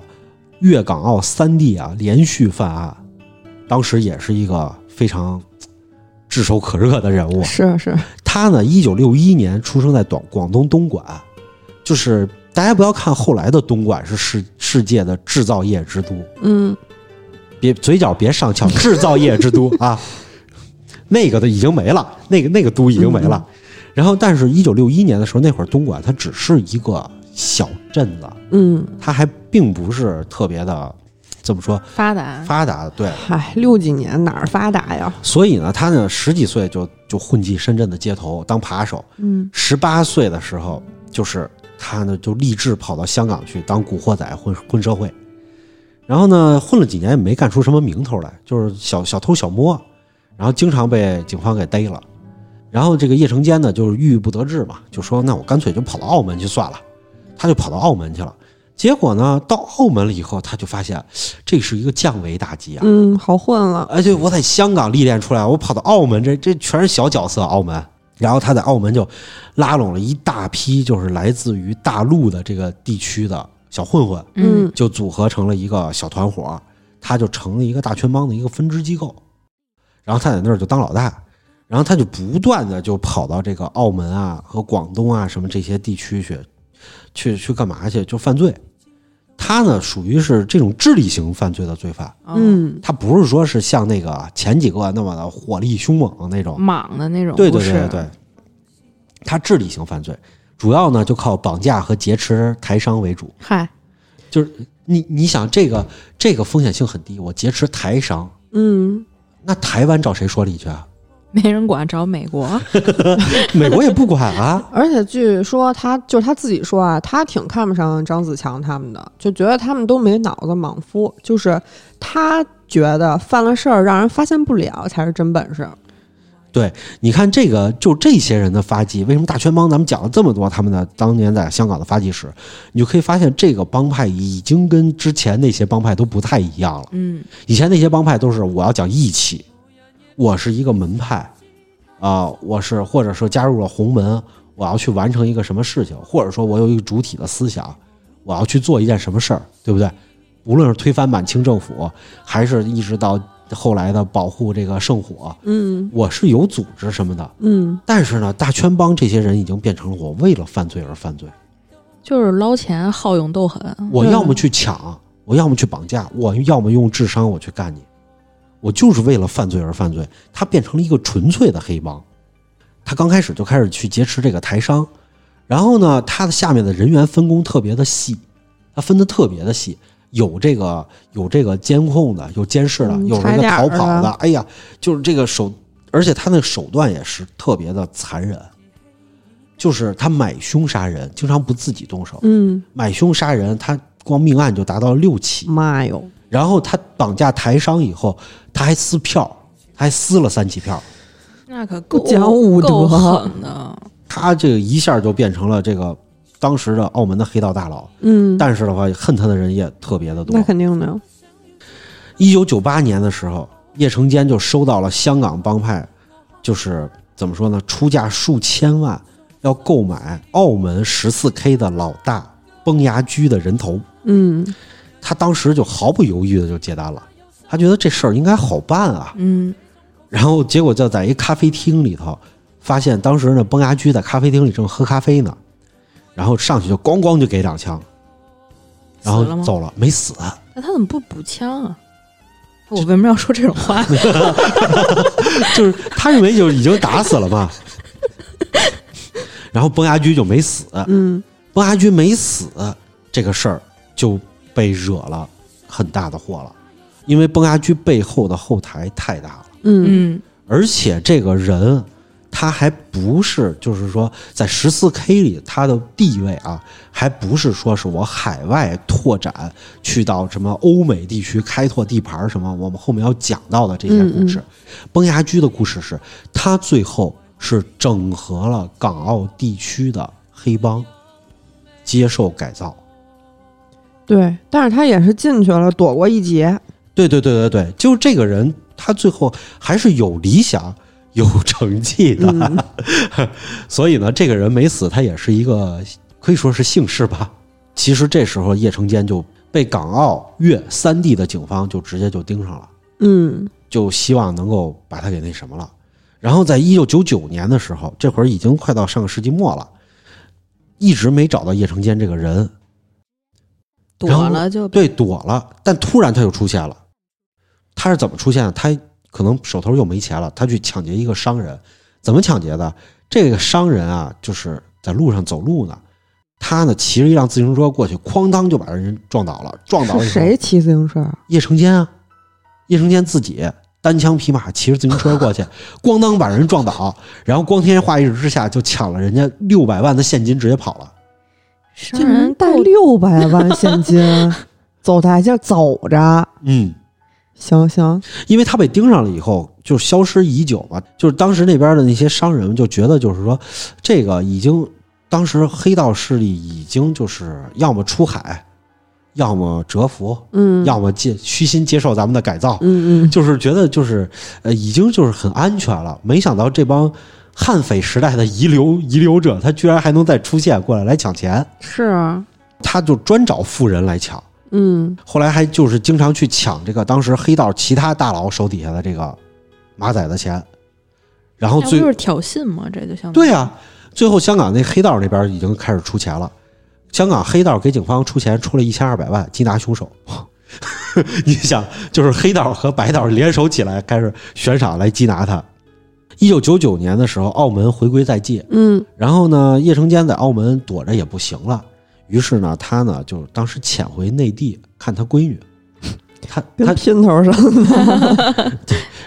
粤港澳三地啊连续犯案，当时也是一个非常炙手可热的人物。是是，他呢，一九六一年出生在广广东东莞，就是大家不要看后来的东莞是世世界的制造业之都，嗯别嘴角别上翘，制造业之都啊，那个的已经没了，那个那个都已经没了。然后，但是，一九六一年的时候，那会儿东莞它只是一个小镇子，嗯，它还并不是特别的，怎么说发达。发达？对，嗨，六几年哪儿发达呀？所以呢，他呢十几岁就就混迹深圳的街头当扒手，嗯十八岁的时候就是他呢就立志跑到香港去当古惑仔混混社会，然后呢混了几年也没干出什么名头来，就是小小偷小摸，然后经常被警方给逮了。然后这个叶成坚呢，就是郁郁不得志嘛，就说那我干脆就跑到澳门去算了，他就跑到澳门去了。结果呢，到澳门了以后，他就发现这是一个降维打击啊！嗯，好混了，而且我在香港历练出来，我跑到澳门，这这全是小角色。澳门，然后他在澳门就拉拢了一大批，就是来自于大陆的这个地区的小混混，嗯，就组合成了一个小团伙，他就成了一个大圈帮的一个分支机构。然后他在那儿就当老大，然后他就不断的就跑到这个澳门啊和广东啊什么这些地区去，去去干嘛去？就犯罪。他呢属于是这种智力型犯罪的罪犯。哦，嗯他不是说是像那个前几个那么的火力凶猛那种，莽的那种，对嗯不对对对是对，他智力型犯罪主要呢就靠绑架和劫持台商为主。嗨，你你想这个这个风险性很低，我劫持台商，嗯，那台湾找谁说理去 (laughs) 啊？没人管，找美国。 (laughs) 美国也不管啊。而且据说他就是他自己说啊，他挺看不上张子强他们的，就觉得他们都没脑子，莽夫。就是他觉得犯了事儿让人发现不了才是真本事。你看这个，就这些人的发迹，为什么大圈帮咱们讲了这么多他们的当年在香港的发迹史，你就可以发现这个帮派已经跟之前那些帮派都不太一样了。嗯，以前那些帮派都是我要讲义气，我是一个门派，啊、我是或者说加入了洪门，我要去完成一个什么事情，或者说我有一个主体的思想，我要去做一件什么事儿，对不对？无论是推翻满清政府，还是一直到后来的保护这个圣火，嗯我是有组织什么的。嗯但是呢，大圈帮这些人已经变成了我为了犯罪而犯罪，就是捞钱好勇斗狠。我要么去抢，我要么去绑架，我要么用智商我去干你，我就是为了犯罪而犯罪。他变成了一个纯粹的黑帮，他刚开始就开始去劫持这个台商，然后呢，他的下面的人员分工特别的细，他分的特别的细。有这个有这个监控的，有监视的，嗯有踩这个点儿逃跑的的，哎呀，就是这个手，而且他那个手段也是特别的残忍，就是他买凶杀人，经常不自己动手，嗯，买凶杀人，他光命案就达到六起，妈哟，然后他绑架台商以后，他还撕票，他还撕了三起票，那可不够讲武德够狠的。他这个一下就变成了这个当时的澳门的黑道大佬，嗯，但是的话，恨他的人也特别的多那。肯定的，一九九八年的时候，叶成坚就收到了香港帮派，就是怎么说呢，出价数千万要购买澳门十四 K 的老大崩牙驹的人头。嗯他当时就毫不犹豫的就接单了，他觉得这事儿应该好办啊。嗯，然后结果就在一咖啡厅里头，发现当时呢崩牙驹在咖啡厅里正喝咖啡呢，然后上去就咣咣就给两枪，然后死了吗走了，没死。那他怎么不补枪啊？我为什么要说这种话？就是他认为就是已经打死了嘛。然后崩牙驹就没死，嗯崩牙驹没死这个事儿就被惹了很大的祸了，因为崩牙驹背后的后台太大了，嗯 (laughs) 嗯，而且这个人他还不是就是说在十四 K 里他的地位啊，还不是说是我海外拓展去到什么欧美地区开拓地盘儿什么，我们后面要讲到的这些故事。崩牙驹的故事是，他最后是整合了港澳地区的黑帮，接受改造。对，但是他也是进去了，躲过一劫，对对对对对，就这个人，他最后还是有理想、 (laughs) 有成绩的， (laughs) 所以呢，这个人没死，他也是一个可以说是幸事吧。其实这时候，叶成坚就被港澳粤三地的警方就直接就盯上了，嗯就希望能够把他给那什么了。然后在一九九九年的时候，这会儿已经快到上个世纪末了，一直没找到叶成坚这个人，然后躲了就对，躲了，但突然他就出现了。他是怎么出现的？他可能手头又没钱了，他去抢劫一个商人，怎么抢劫的？这个商人啊，就是在路上走路呢，他呢骑着一辆自行车过去，哐当就把人撞倒了，撞倒了是谁？骑自行车？叶成坚啊，叶成坚自己单枪匹马骑着自行车过去，咣当把人撞倒，然后光天化日之下就抢了人家六百万的现金，直接跑了。商竟然人带够六百 (laughs) 万现金，走大街走着，嗯，行行，因为他被盯上了以后，就消失已久嘛。就是当时那边的那些商人们就觉得，就是说，这个已经当时黑道势力已经就是要么出海，要么蛰伏，嗯，要么接虚心接受咱们的改造，嗯嗯，就是觉得就是呃已经就是很安全了。没想到这帮悍匪时代的遗留遗留者，他居然还能再出现过来来抢钱，是啊，他就专找富人来抢。嗯后来还就是经常去抢这个当时黑道其他大佬手底下的这个马仔的钱，然后那不最就是挑衅吗？这就像对呀、最后香港那黑道那边已经开始出钱了，香港黑道给警方出钱出了一千二百万缉拿凶手。 (laughs) 你想，就是黑道和白道联手起来开始悬赏来缉拿他。一九九九年的时候，澳门回归在即，嗯然后呢，叶成坚在澳门躲着也不行了，于是呢，他呢就当时潜回内地看他闺女，他跟他，姘头上，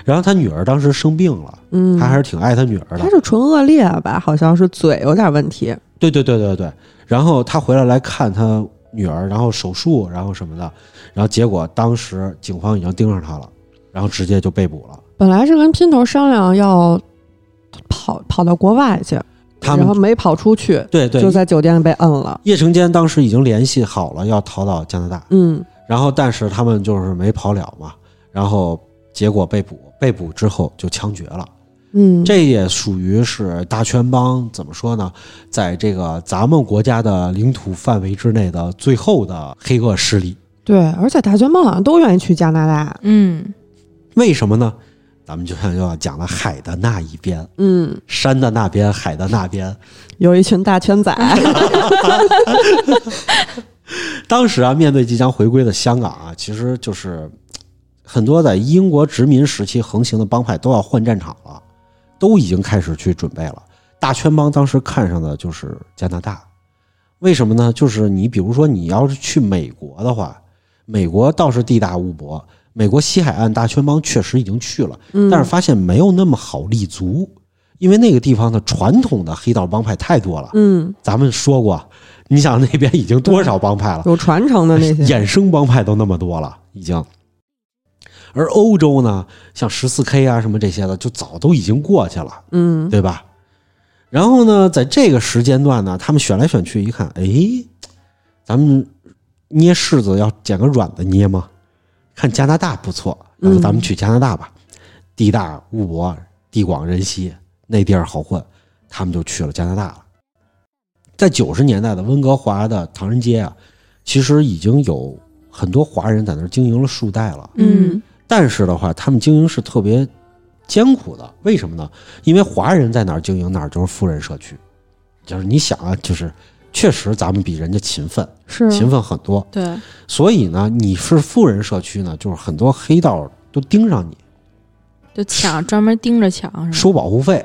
然后他女儿当时生病了，嗯，他还是挺爱他女儿他的，是纯恶劣吧？好像是嘴有点问题，对对对对对。然后他回来来看他女儿，然后手术，然后什么的，然后结果当时警方已经盯上他了，然后直接就被捕了。本来是跟姘头商量要跑跑到国外去，他然后们没跑出去，对对就，在酒店被摁了。叶成坚当时已经联系好了要逃到加拿大，嗯然后但是他们就是没跑了嘛，然后结果被捕，被捕之后就枪决了。嗯，这也属于是大圈帮怎么说呢，在这个咱们国家的领土范围之内的最后的黑恶势力。对，而且大圈帮好像都愿意去加拿大。嗯，为什么呢？咱们就像要讲的海的那一边，嗯，山的那边，海的那边。有一群大圈仔。当时啊，面对即将回归的香港啊，其实就是很多在英国殖民时期横行的帮派都要换战场了，都已经开始去准备了。大圈帮当时看上的就是加拿大，为什么呢？就是你比如说你要是去美国的话，美国倒是地大物博，美国西海岸大圈帮确实已经去了，嗯但是发现没有那么好立足，因为那个地方的传统的黑道帮派太多了。嗯，咱们说过，你想那边已经多少帮派了？有传承的那些。衍生帮派都那么多了，已经。而欧洲呢，像十四 K 啊什么这些的，就早都已经过去了，嗯对吧？然后呢，在这个时间段呢，他们选来选去，一看，哎，咱们捏柿子要捡个软的捏吗？看加拿大不错，那就咱们去加拿大吧，地大物博，地广人稀，那地儿好混，他们就去了加拿大了。在九十年代的温哥华的唐人街啊，其实已经有很多华人在那儿经营了数代了。嗯但是的话，他们经营是特别艰苦的。为什么呢？因为华人在哪儿经营，哪儿就是富人社区。就是你想啊，就是确实咱们比人家勤奋，是勤奋很多。对，所以呢，你是富人社区呢，就是很多黑道都盯上你，就抢，专门盯着抢是吧？收保护费，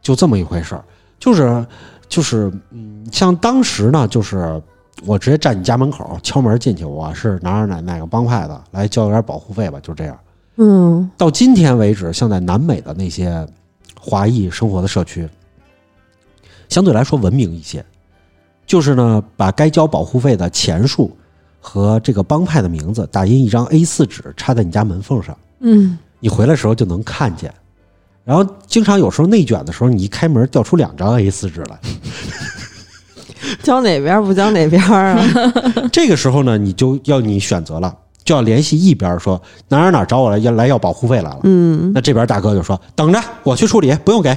就这么一回事儿。就是就是，嗯，像当时呢，就是我直接站你家门口敲门进去，我是哪儿哪儿哪个帮派的，来交点保护费吧，就这样。嗯到今天为止，像在南美的那些华裔生活的社区，相对来说文明一些，就是呢，把该交保护费的钱数和这个帮派的名字打印一张 A 4纸，插在你家门缝上，嗯你回来的时候就能看见。然后经常有时候内卷的时候，你一开门掉出两张 A 4纸来，教哪边儿不教哪边儿啊？这个时候呢，你就要你选择了，就要联系一边说哪儿哪儿找我来要来要保护费来了， (laughs) 嗯，那这边大哥就说等着我去处理，不用给。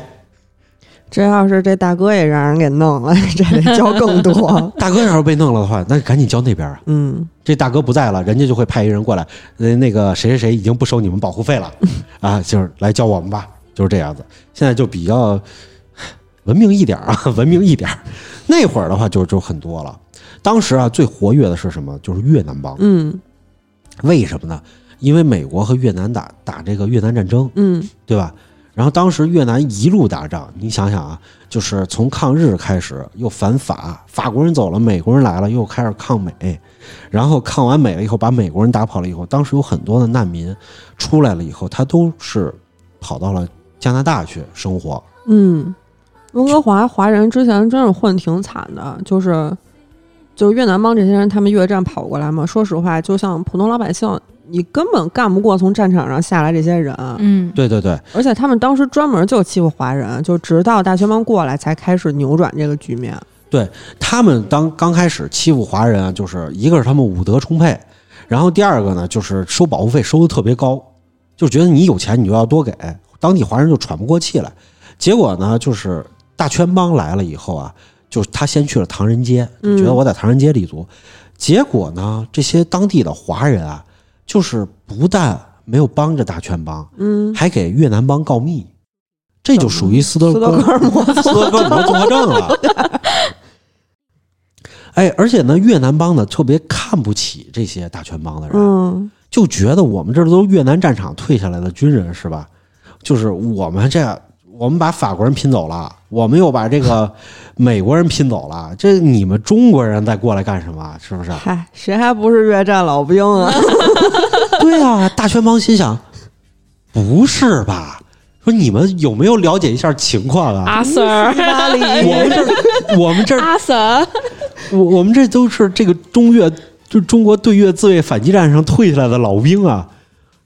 这要是这大哥也让人给弄了， (laughs) 这得教更 (laughs) 多。大哥要是被弄了的话，那赶紧交那边啊！嗯这大哥不在了，人家就会派一人过来，呃，那个谁谁谁已经不收你们保护费了，啊，就是来教我们吧，就是这样子。现在就比较呃文明一点儿啊， (laughs) 文明一点儿。那会儿的话就就很多了。当时啊，最活跃的是什么？就是越南帮。嗯为什么呢？因为美国和越南打打这个越南战争，嗯对吧？然后当时越南一路打仗，你想想啊，就是从抗日开始，又反法，法国人走了，美国人来了，又开始抗美，然后抗完美了以后，把美国人打跑了以后，当时有很多的难民出来了以后，他都是跑到了加拿大去生活。嗯，温哥华华人之前真是混挺惨的，就是就是越南帮这些人，他们越战跑过来嘛。说实话，就像普通老百姓，你根本干不过从战场上下来这些人。嗯，对对对，而且他们当时专门就欺负华人，就直到大学帮过来才开始扭转这个局面。他们当刚开始欺负华人啊，就是一个是他们武德充沛，然后第二个呢，就是收保护费收的特别高，就觉得你有钱你就要多给，当地华人就喘不过气来。结果呢，就是大圈帮来了以后啊，就是他先去了唐人街，就觉得我在唐人街立足。结果呢，这些当地的华人啊，就是不但没有帮着大圈帮， (laughs) 嗯，还给越南帮告密，这就属于斯德斯德哥尔哥尔 (laughs) 摩 (laughs) 斯德哥尔摩综合症了。哎，而且呢，越南帮呢特别看不起这些大拳帮的人，嗯就觉得我们这都是越南战场退下来的军人是吧？就是我们这，我们把法国人拼走了，我们又把这个美国人拼走了，这你们中国人再过来干什么？啊是不是？ (laughs) 嗨，谁还不是越战老兵 (laughs) 啊？对啊，大圈帮心想，不是吧？说你们有没有了解一下情况啊？阿 Sir，巴黎， (laughs) 我们这，我们这阿 Sir，我我们这都是这个中越，就中国对越自卫反击战上退下来的老兵啊。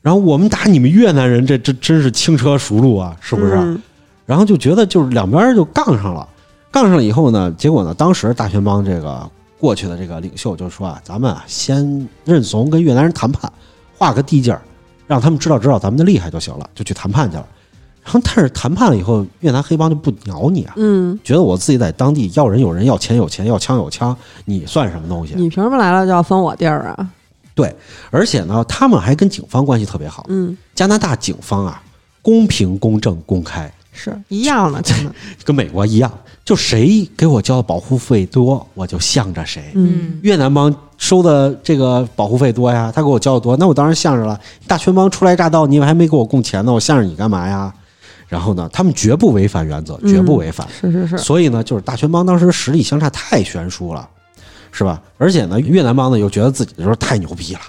然后我们打你们越南人，这这真是轻车熟路啊，是不是？嗯然后就觉得就是两边就杠上了，杠上了以后呢，结果呢，当时大宣帮这个过去的这个领袖就说啊，咱们啊先认怂，跟越南人谈判，画个地界儿，让他们知道知道咱们的厉害就行了，就去谈判去了。然后但是谈判了以后，越南黑帮就不鸟你啊，嗯，觉得我自己在当地要人有人，要钱有钱，要枪有枪，你算什么东西？啊你凭什么来了就要分我地儿啊？而且呢，他们还跟警方关系特别好。嗯，加拿大警方啊，公平、公正、公开，是一样的，真的，跟美国一样，就谁给我交的保护费多，我就向着谁。嗯，越南帮收的这个保护费多呀，他给我交的多，那我当然向着了。大全帮初来乍到，你们还没给我供钱呢，我向着你干嘛呀？然后呢，他们绝不违反原则，嗯绝不违反。是是是，所以呢，就是大全帮当时实力相差太悬殊了，是吧？而且呢，越南帮呢又觉得自己的时候太牛逼了，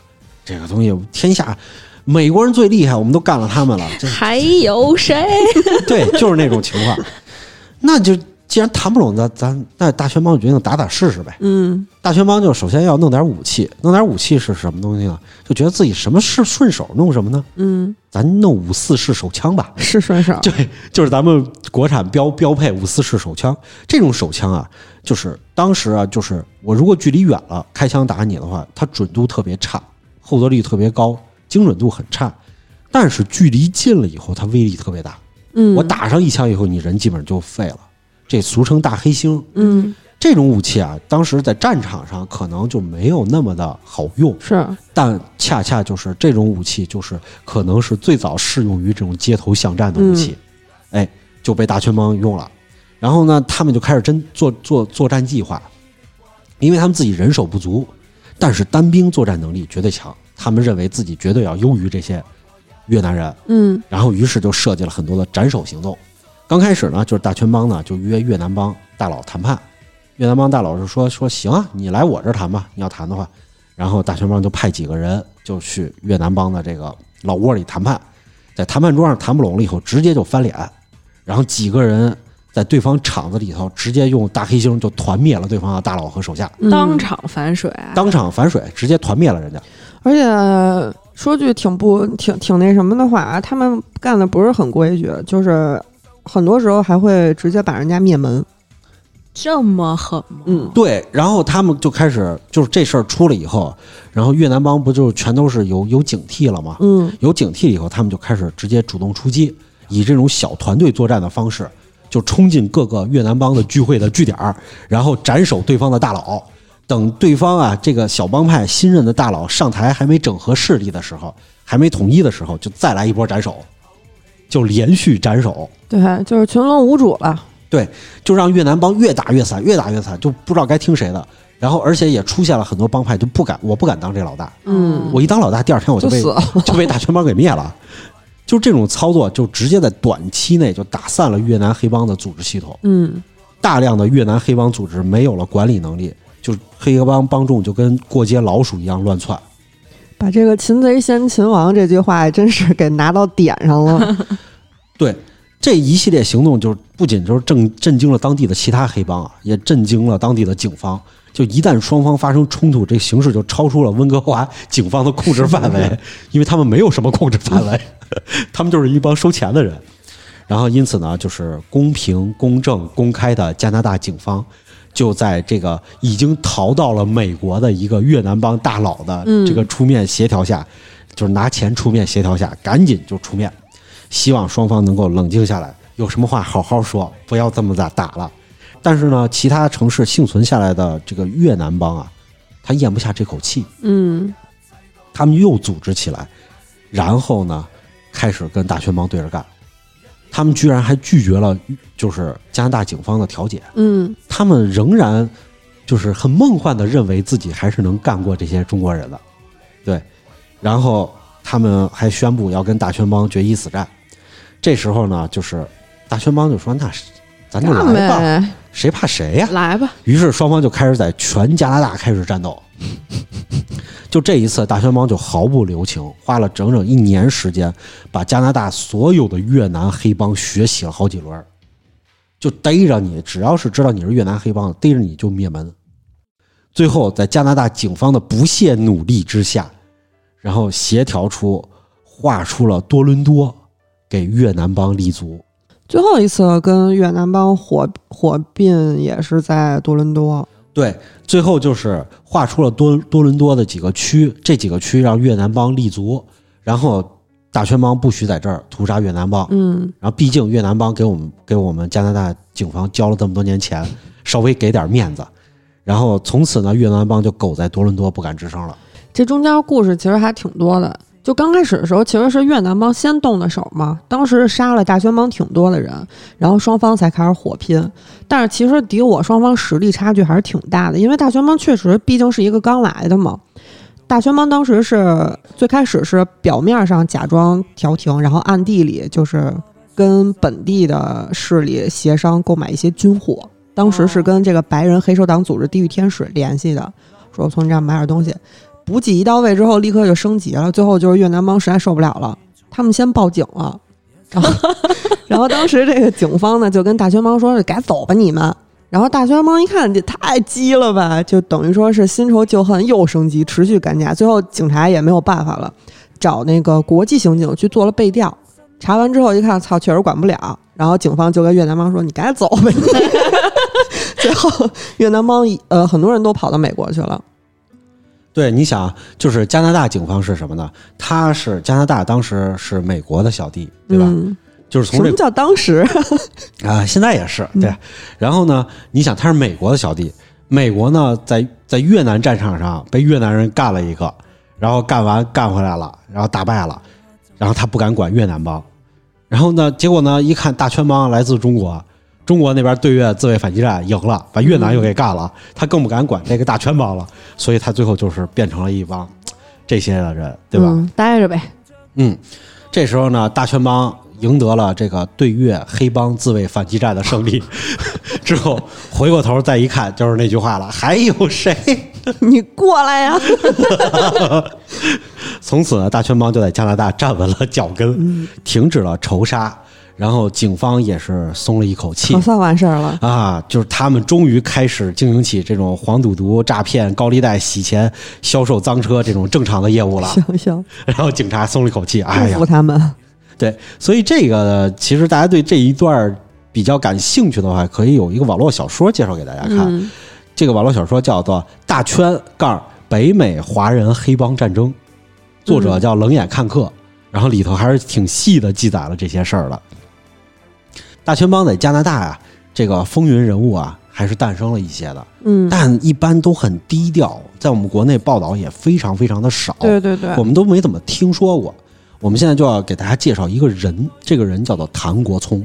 这个东西天下美国人最厉害，我们都干了他们了，这 (laughs) 还有谁？对，就是那种情况。那就既然谈不拢，咱咱那大全帮就决定打打试试呗。嗯大全帮就首先要弄点武器，弄点武器是什么东西呢？就觉得自己什么事顺手弄什么呢？嗯，咱弄五四式手枪吧，是顺手，对，就是咱们国产标标配五四式手枪。这种手枪啊，就是当时啊，就是我如果距离远了开枪打你的话，它准度特别差，后坐力特别高，精准度很差。但是距离近了以后，它威力特别大。嗯，我，打上一枪以后，你人基本上就废了，这俗称大黑星。嗯，这种武器啊，当时在战场上可能就没有那么的好用，是，但恰恰就是这种武器，就是可能是最早适用于这种街头巷战的武器，哎，就被大全帮用了。然后呢，他们就开始真做做作战计划，因为他们自己人手不足，但是单兵作战能力绝对强，他们认为自己绝对要优于这些越南人。嗯然后于是就设计了很多的斩首行动。刚开始呢，就是大全帮呢就约越南帮大佬谈判，越南帮大佬就说说行啊，你来我这儿谈吧，你要谈的话。然后大全帮就派几个人就去越南帮的这个老窝里谈判，在谈判桌上谈不拢了以后，直接就翻脸，然后几个人在对方场子里头直接用大黑星就团灭了对方的大佬和手下，嗯，当场反水，当场反水，直接团灭了人家。而且说句挺不挺挺那什么的话，啊他们干的不是很规矩，就是很多时候还会直接把人家灭门。这么狠吗？嗯对，然后他们就开始，就是这事儿出了以后，然后越南帮不就全都是有有警惕了吗？嗯有警惕了以后，他们就开始直接主动出击，以这种小团队作战的方式，就冲进各个越南帮的聚会的据点儿，然后斩首对方的大佬。等对方啊这个小帮派新任的大佬上台还没整合势力的时候，还没统一的时候，就再来一波斩首，就连续斩首。对，就是群龙无主了。就让越南帮越打越散，越打越散，就不知道该听谁的。然后，而且也出现了很多帮派就不敢，我不敢当这老大，嗯我一当老大，第二天我就就被死了， (laughs) 就被大全帮给灭了。就这种操作，就直接在短期内就打散了越南黑帮的组织系统，嗯大量的越南黑帮组织没有了管理能力，就是黑帮帮众就跟过街老鼠一样乱窜。把这个“擒贼先擒王”这句话真是给拿到点上了。对这一系列行动，就是不仅就是震震惊了当地的其他黑帮啊，也震惊了当地的警方。就一旦双方发生冲突，这形势就超出了温哥华警方的控制范围，因为他们没有什么控制范围， (laughs) 他们就是一帮收钱的人。然后因此呢，就是公平、公正、公开的加拿大警方，就在这个已经逃到了美国的一个越南帮大佬的这个出面协调下，就是拿钱出面协调下，赶紧就出面，希望双方能够冷静下来，有什么话好好说，不要这么打打了。但是呢，其他城市幸存下来的这个越南帮啊，他咽不下这口气， (laughs) 嗯他们又组织起来，然后呢，开始跟大全帮对着干。他们居然还拒绝了，就是加拿大警方的调解。嗯，他们仍然就是很梦幻的认为自己还是能干过这些中国人的，对。然后他们还宣布要跟大全帮决一死战。这时候呢，就是大全帮就说：“那是咱就干来吧，呗，谁怕谁呀、来吧，于是双方就开始在全加拿大开始战斗。就这一次，大宣帮就毫不留情，花了整整一年时间，把加拿大所有的越南黑帮血洗了好几轮儿，就逮着你，只要是知道你是越南黑帮的，逮着你就灭门。最后，在加拿大警方的不懈努力之下，然后协调出、划出了多伦多给越南帮立足。最后一次跟越南帮火火并也是在多伦多。对，最后就是划出了多多伦多的几个区，这几个区让越南帮立足，然后大圈帮不许在这儿屠杀越南帮，嗯然后毕竟越南帮给我们给我们加拿大警方交了这么多年钱，稍微给点面子。然后从此呢，越南帮就苟在多伦多不敢吱声了。这中间故事其实还挺多的。就刚开始的时候，其实是越南帮先动的手嘛，当时杀了大宣帮挺多的人，然后双方才开始火拼。但是其实敌我双方实力差距还是挺大的，因为大宣帮确实毕竟是一个刚来的嘛。大宣帮当时是最开始是表面上假装调停，然后暗地里就是跟本地的势力协商购买一些军火。当时是跟这个白人黑手党组织地狱天使联系的，说我从你这儿买点东西。补给一到位之后，立刻就升级了。最后就是越南帮实在受不了了，他们先报警了。然后，然后当时这个警方呢就跟大宣帮说：“赶走吧你们。”然后大宣帮一看，这太鸡了吧，就等于说是新仇旧恨又升级，持续赶架。最后警察也没有办法了，找那个国际刑警去做了背调。查完之后一看，操，确实管不了。然后警方就跟越南帮说：“你赶紧走吧你。” (laughs) 最后越南帮呃很多人都跑到美国去了。对，你想，就是加拿大警方是什么呢？他是加拿大当时是美国的小弟，对吧？嗯就是什从这么叫当时？ (laughs) 啊、现在也是对。然后呢，你想他是美国的小弟，美国呢在在越南战场上被越南人干了一个，然后干完干回来了，然后打败了，然后他不敢管越南帮，然后呢，结果呢一看大圈帮来自中国。中国那边对越自卫反击战赢了，把越南又给干了，他更不敢管这个大圈帮了，所以他最后就是变成了一帮这些的人，对吧？嗯待着呗，嗯，这时候呢，大圈帮赢得了这个对越黑帮自卫反击战的胜利 (laughs) 之后，回过头再一看，就是那句话了，还有谁？ (laughs) 你过来呀、从此呢，大圈帮就在加拿大站稳了脚跟，停止了仇杀，然后警方也是松了一口气我。哦算完事儿了。啊，就是他们终于开始经营起这种黄赌毒、诈骗、高利贷、洗钱、销售赃车这种正常的业务了。行行，然后警察松了一口气，哎呀祝福，他们。对，所以这个其实大家对这一段儿比较感兴趣的话，可以有一个网络小说介绍给大家看。嗯，这个网络小说叫做《大圈杠北美华人黑帮战争》，作嗯者叫冷眼看客，然后里头还是挺细的记载了这些事儿的。大圈帮在加拿大啊，这个风云人物啊，还是诞生了一些的，嗯，但一般都很低调，在我们国内报道也非常非常的少。对对对我，们都没怎么听说过。我们现在就要给大家介绍一个人，这个人叫做谭国聪。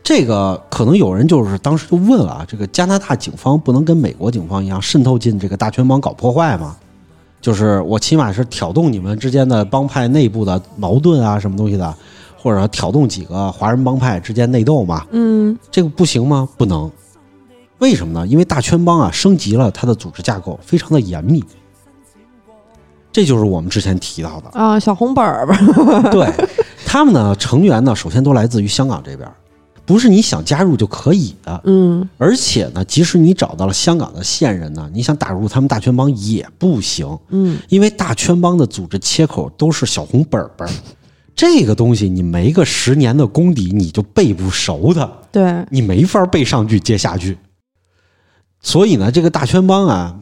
这个可能有人就是当时就问了啊，这个加拿大警方不能跟美国警方一样渗透进这个大圈帮搞破坏吗？就是我起码是挑动你们之间的帮派内部的矛盾啊，什么东西的，或者挑动几个华人帮派之间内斗嘛，嗯这个不行吗？不能。为什么呢？因为大圈帮啊升级了它的组织架构，非常的严密。这就是我们之前提到 (laughs) 的，啊，小红本儿吧，对他们呢成员呢，首先都来自于香港这边，不是你想加入就可以的。嗯，而且呢，即使你找到了香港的线人呢，你想打入他们大圈帮也不行，嗯，因为大圈帮的组织切口都是小红本本儿，这个东西你没个十年的功底，你就背不熟它。对，你没法背上句接下句。所以呢，这个大圈帮啊，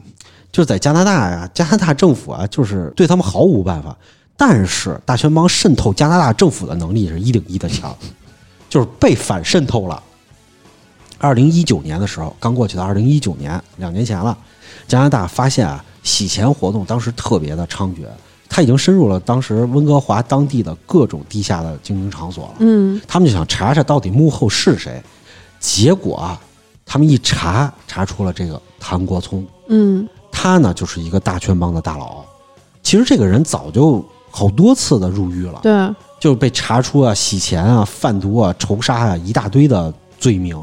就是在加拿大呀、加拿大政府啊，就是对他们毫无办法。但是大圈帮渗透加拿大政府的能力是一顶一的强，就是被反渗透了。二零一九年的时候，刚过去的二零一九年，两年前了，加拿大发现啊，洗钱活动当时特别的猖獗，它已经深入了当时温哥华当地的各种地下的经营场所了。嗯他们就想查查到底幕后是谁。结果啊，他们一查，查出了这个谭国聪，嗯他呢就是一个大圈帮的大佬。其实这个人早就好多次的入狱了，对，就是被查出啊洗钱啊、贩毒啊、仇杀啊一大堆的罪名。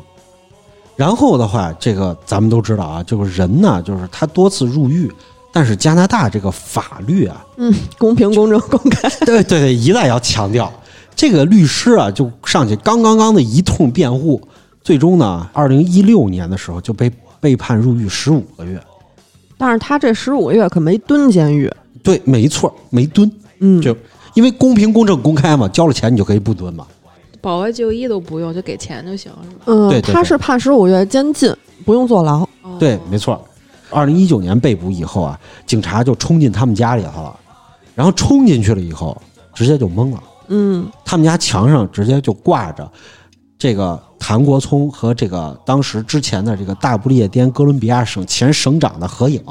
然后的话，这个咱们都知道啊，这个人呢，就是他多次入狱，但是加拿大这个法律啊，嗯，公平公正公开， (laughs) 对对对，一再要强调，这个律师啊，就上去刚刚刚的一通辩护，最终呢，二零一六年的时候就被被判入狱十五个月。但是他这十五个月可没蹲监狱，对，没错，没蹲，嗯，就因为公平、公正、公开嘛，交了钱你就可以不蹲嘛。保外就医都不用，就给钱就行，是吧？嗯、对对他对是判十五月监禁，不用坐牢，哦对，没错。二零一九年被捕以后啊，警察就冲进他们家里头了，然后冲进去了以后，直接就懵了。嗯他们家墙上直接就挂着这个谭国聪和这个当时之前的这个大不列颠哥伦比亚省前省长的合影，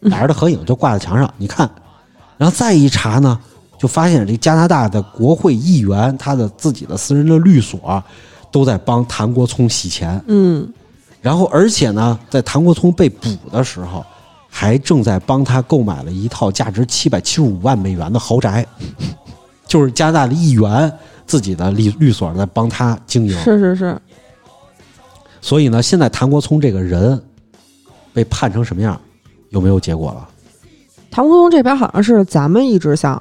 俩人的合影就挂在墙上，你看。然后再一查呢，就发现这加拿大的国会议员他的自己的私人的律所都在帮谭国聪洗钱，嗯，然后而且呢，在谭国聪被捕的时候。还正在帮他购买了一套价值七百七十五万美元的豪宅， (laughs) 就是加拿大的议员自己的律律所在帮他经营。是是是，所以呢，现在谭国聪这个人被判成什么样，有没有结果了？唐国宗这边好像是咱们一直想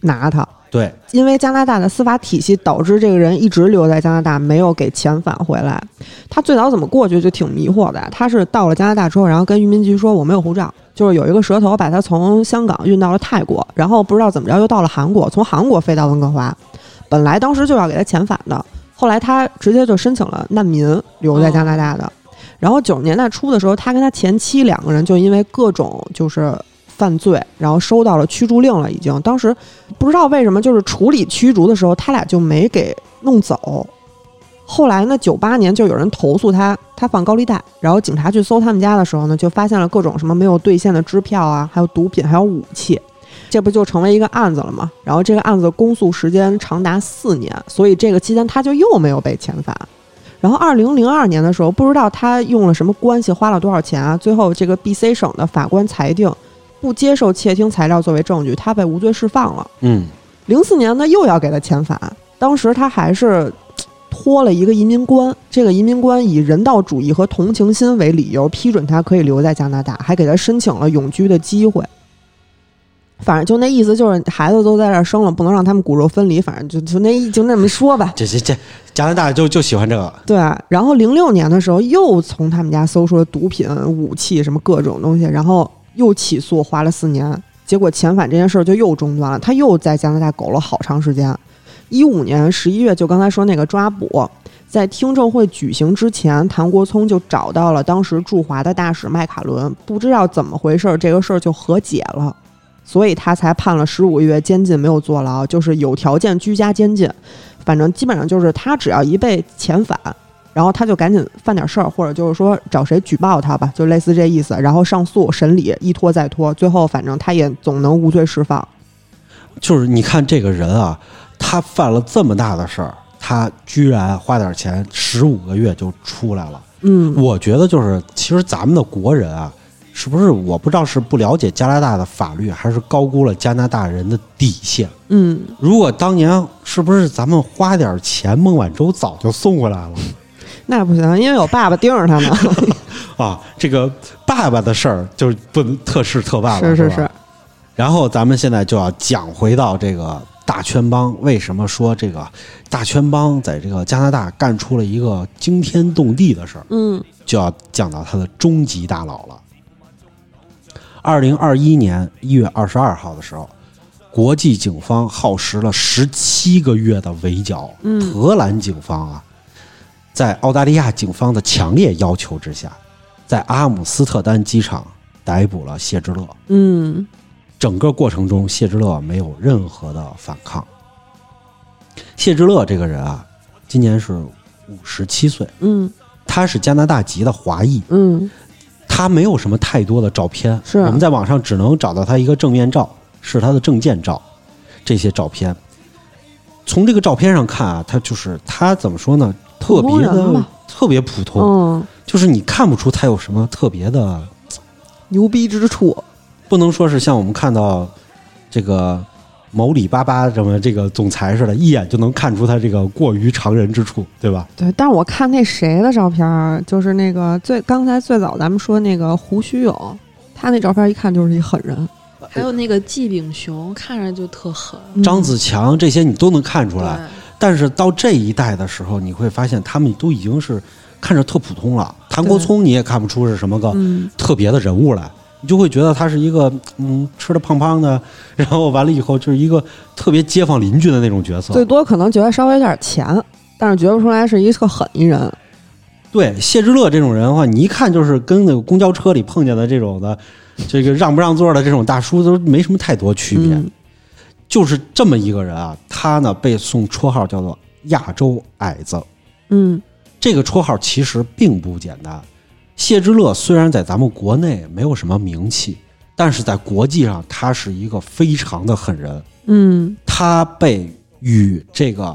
拿他，对，因为加拿大的司法体系导致这个人一直留在加拿大，没有给遣返回来。他最早怎么过去就挺迷惑的，他是到了加拿大之后，然后跟移民局说我没有护照，就是有一个蛇头把他从香港运到了泰国，然后不知道怎么着又到了韩国，从韩国飞到温哥华，本来当时就要给他遣返的，后来他直接就申请了难民，留在加拿大的。然后九十年代初的时候，他跟他前妻两个人就因为各种就是犯罪，然后收到了驱逐令了，已经。当时不知道为什么，就是处理驱逐的时候，他俩就没给弄走。后来呢，九八年就有人投诉他，他放高利贷，然后警察去搜他们家的时候呢，就发现了各种什么没有兑现的支票啊，还有毒品，还有武器。这不就成为一个案子了吗？然后这个案子的公诉时间长达四年，所以这个期间他就又没有被遣返。然后二零零二年的时候，不知道他用了什么关系，花了多少钱啊？最后这个 B C 省的法官裁定，不接受窃听材料作为证据，他被无罪释放了。嗯，零四年呢，又要给他遣返，当时他还是嘖托了一个移民官，这个移民官以人道主义和同情心为理由，批准他可以留在加拿大，还给他申请了永居的机会。反正就那意思，就是孩子都在这儿生了，不能让他们骨肉分离。反正就就那意就那么说吧。这这这加拿大就就喜欢这个，对，然后零六年的时候又从他们家搜出了毒品、武器什么各种东西，然后又起诉，花了四年，结果遣返这件事儿就又中断了，他又在加拿大苟了好长时间。一五年十一月，就刚才说那个抓捕，在听证会举行之前，谭国聪就找到了当时驻华的大使麦卡伦，不知道怎么回事儿，这个事儿就和解了，所以他才判了十五个月监禁，没有坐牢，就是有条件居家监禁。反正基本上就是他只要一被遣返，然后他就赶紧犯点事儿，或者就是说找谁举报他吧，就类似这意思，然后上诉审理，一拖再拖，最后反正他也总能无罪释放。就是你看这个人啊，他犯了这么大的事儿，他居然花点钱，十五个月就出来了。嗯，我觉得就是，其实咱们的国人啊，是不是我不知道是不了解加拿大的法律，还是高估了加拿大人的底线？嗯，如果当年是不是咱们花点钱，孟晚舟早就送回来了那不行，因为有爸爸盯着他呢。 (laughs) 啊？这个爸爸的事儿就是不能特事特办了，是是吧是，然后咱们现在就要讲回到这个大圈帮，为什么说这个大圈帮在这个加拿大干出了一个惊天动地的事儿？嗯就要讲到他的终极大佬了。二零二一年一月二十二号的时候，国际警方耗时了十七个月的围剿。嗯荷兰警方啊，在澳大利亚警方的强烈要求之下，在阿姆斯特丹机场逮捕了谢之乐。嗯整个过程中，谢之乐没有任何的反抗。谢之乐这个人啊，今年是五十七岁，嗯他是加拿大籍的华裔，嗯他没有什么太多的照片，是啊我们在网上只能找到他一个正面照，是他的证件照，这些照片。从这个照片上看啊，他就是他怎么说呢？特普通别人的吧特别普通，嗯，就是你看不出他有什么特别的，牛逼之处，不能说是像我们看到这个某里巴巴什么这个总裁似的，一眼就能看出他这个过于常人之处，对吧？对。但是我看那谁的照片儿，就是那个最刚才最早咱们说那个胡须勇，他那照片一看就是一狠人。还有那个季炳雄，看着就特狠。嗯张子强这些你都能看出对，来，但是到这一代的时候，你会发现他们都已经是看着特普通了。谭国聪你也看不出是什么个嗯，特别的人物来，你就会觉得他是一个嗯吃的胖胖的， (laughs) 然后完了以后就是一个特别街坊邻居的那种角色最。多可能觉得稍微有点钱，但是觉不出来是一特狠一人。对谢之乐这种人的话，你一看就是跟那个公交车里碰见的这种的，这个让不让座的这种大叔都没什么太多区别。嗯就是这么一个人啊，他呢被送绰号叫做亚洲矮子。嗯这个绰号其实并不简单。谢之乐虽然在咱们国内没有什么名气，但是在国际上他是一个非常的狠人。嗯他被与这个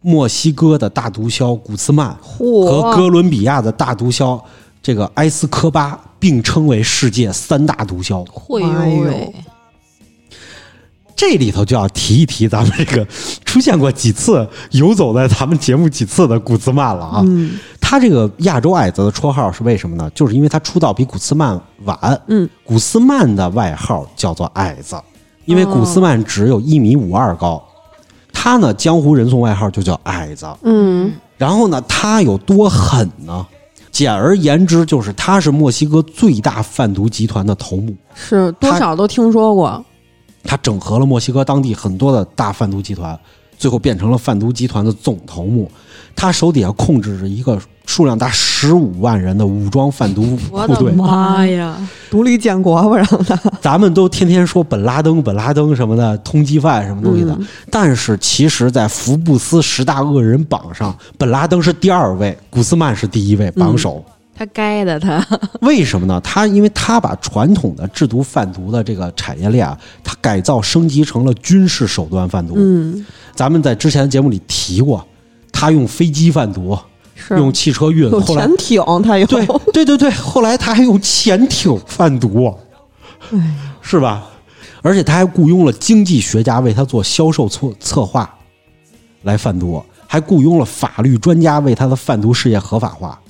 墨西哥的大毒枭古兹曼和哥伦比亚的大毒枭这个埃斯科巴并称为世界三大毒枭。会哎呦呦喂，这里头就要提一提咱们这个出现过几次游走在咱们节目几次的古兹曼了啊。嗯他这个亚洲矮子的绰号是为什么呢？就是因为他出道比古斯曼晚。嗯，古斯曼的外号叫做矮子，因为哦古斯曼只有一米五二高，他呢江湖人送外号就叫矮子。嗯然后呢，他有多狠呢？简而言之，就是他是墨西哥最大贩毒集团的头目，是多他少都听说过。他整合了墨西哥当地很多的大贩毒集团，最后变成了贩毒集团的总头目。他手底下控制着一个数量达十五万人的武装贩毒我部的队。妈呀！独立建国吧，让他 (laughs) 咱们都天天说本拉登、本拉登什么的，通缉犯什么东西的，嗯但是其实，在福布斯十大恶人榜上，本拉登是第二位，古斯曼是第一位榜首。他该的，他为什么呢？他因为他把传统的制毒贩毒的这个产业链啊，他改造升级成了军事手段贩毒。嗯咱们在之前的节目里提过，他用飞机贩毒，是用汽车运，有后来潜艇，他有 (laughs) 对对对对，后来他还用潜艇贩毒，啊是吧？而且他还雇佣了经济学家为他做销售策策划来贩毒，还雇佣了法律专家为他的贩毒事业合法化，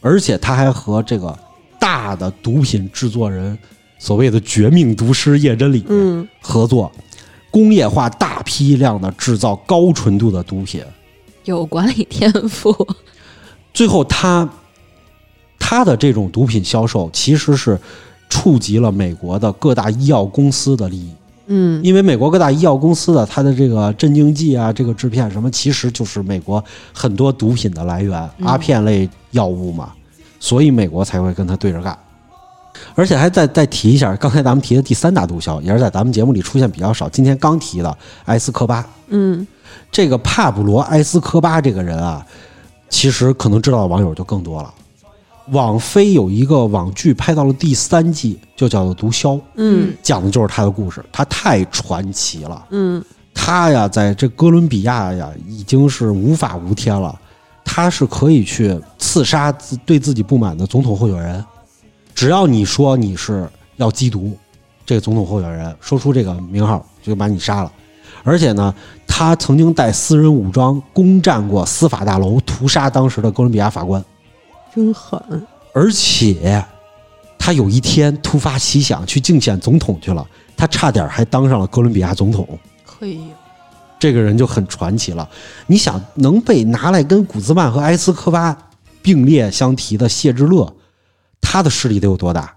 而且他还和这个大的毒品制作人，所谓的绝命毒师叶真理，嗯合作，工业化大批量的制造高纯度的毒品，有管理天赋，最后他他的这种毒品销售其实是触及了美国的各大医药公司的利益，嗯因为美国各大医药公司的它的这个镇静剂啊、这个制片什么，其实就是美国很多毒品的来源，嗯阿片类药物嘛，所以美国才会跟他对着干。而且还再再提一下，刚才咱们提的第三大毒枭，也是在咱们节目里出现比较少，今天刚提的埃斯科巴。嗯这个帕布罗·埃斯科巴这个人啊，其实可能知道的网友就更多了。网飞有一个网剧拍到了第三季，就叫做《毒枭》，嗯讲的就是他的故事。他太传奇了，嗯他呀，在这哥伦比亚呀，已经是无法无天了。他是可以去刺杀自对自己不满的总统候选人，只要你说你是要缉毒，这个总统候选人说出这个名号，就把你杀了。而且呢，他曾经带私人武装攻占过司法大楼，屠杀当时的哥伦比亚法官。真狠。而且，他有一天突发奇想去竞选总统去了，他差点还当上了哥伦比亚总统。嘿呦，这个人就很传奇了。你想，能被拿来跟古兹曼和埃斯科巴并列相提的谢之乐，他的势力得有多大？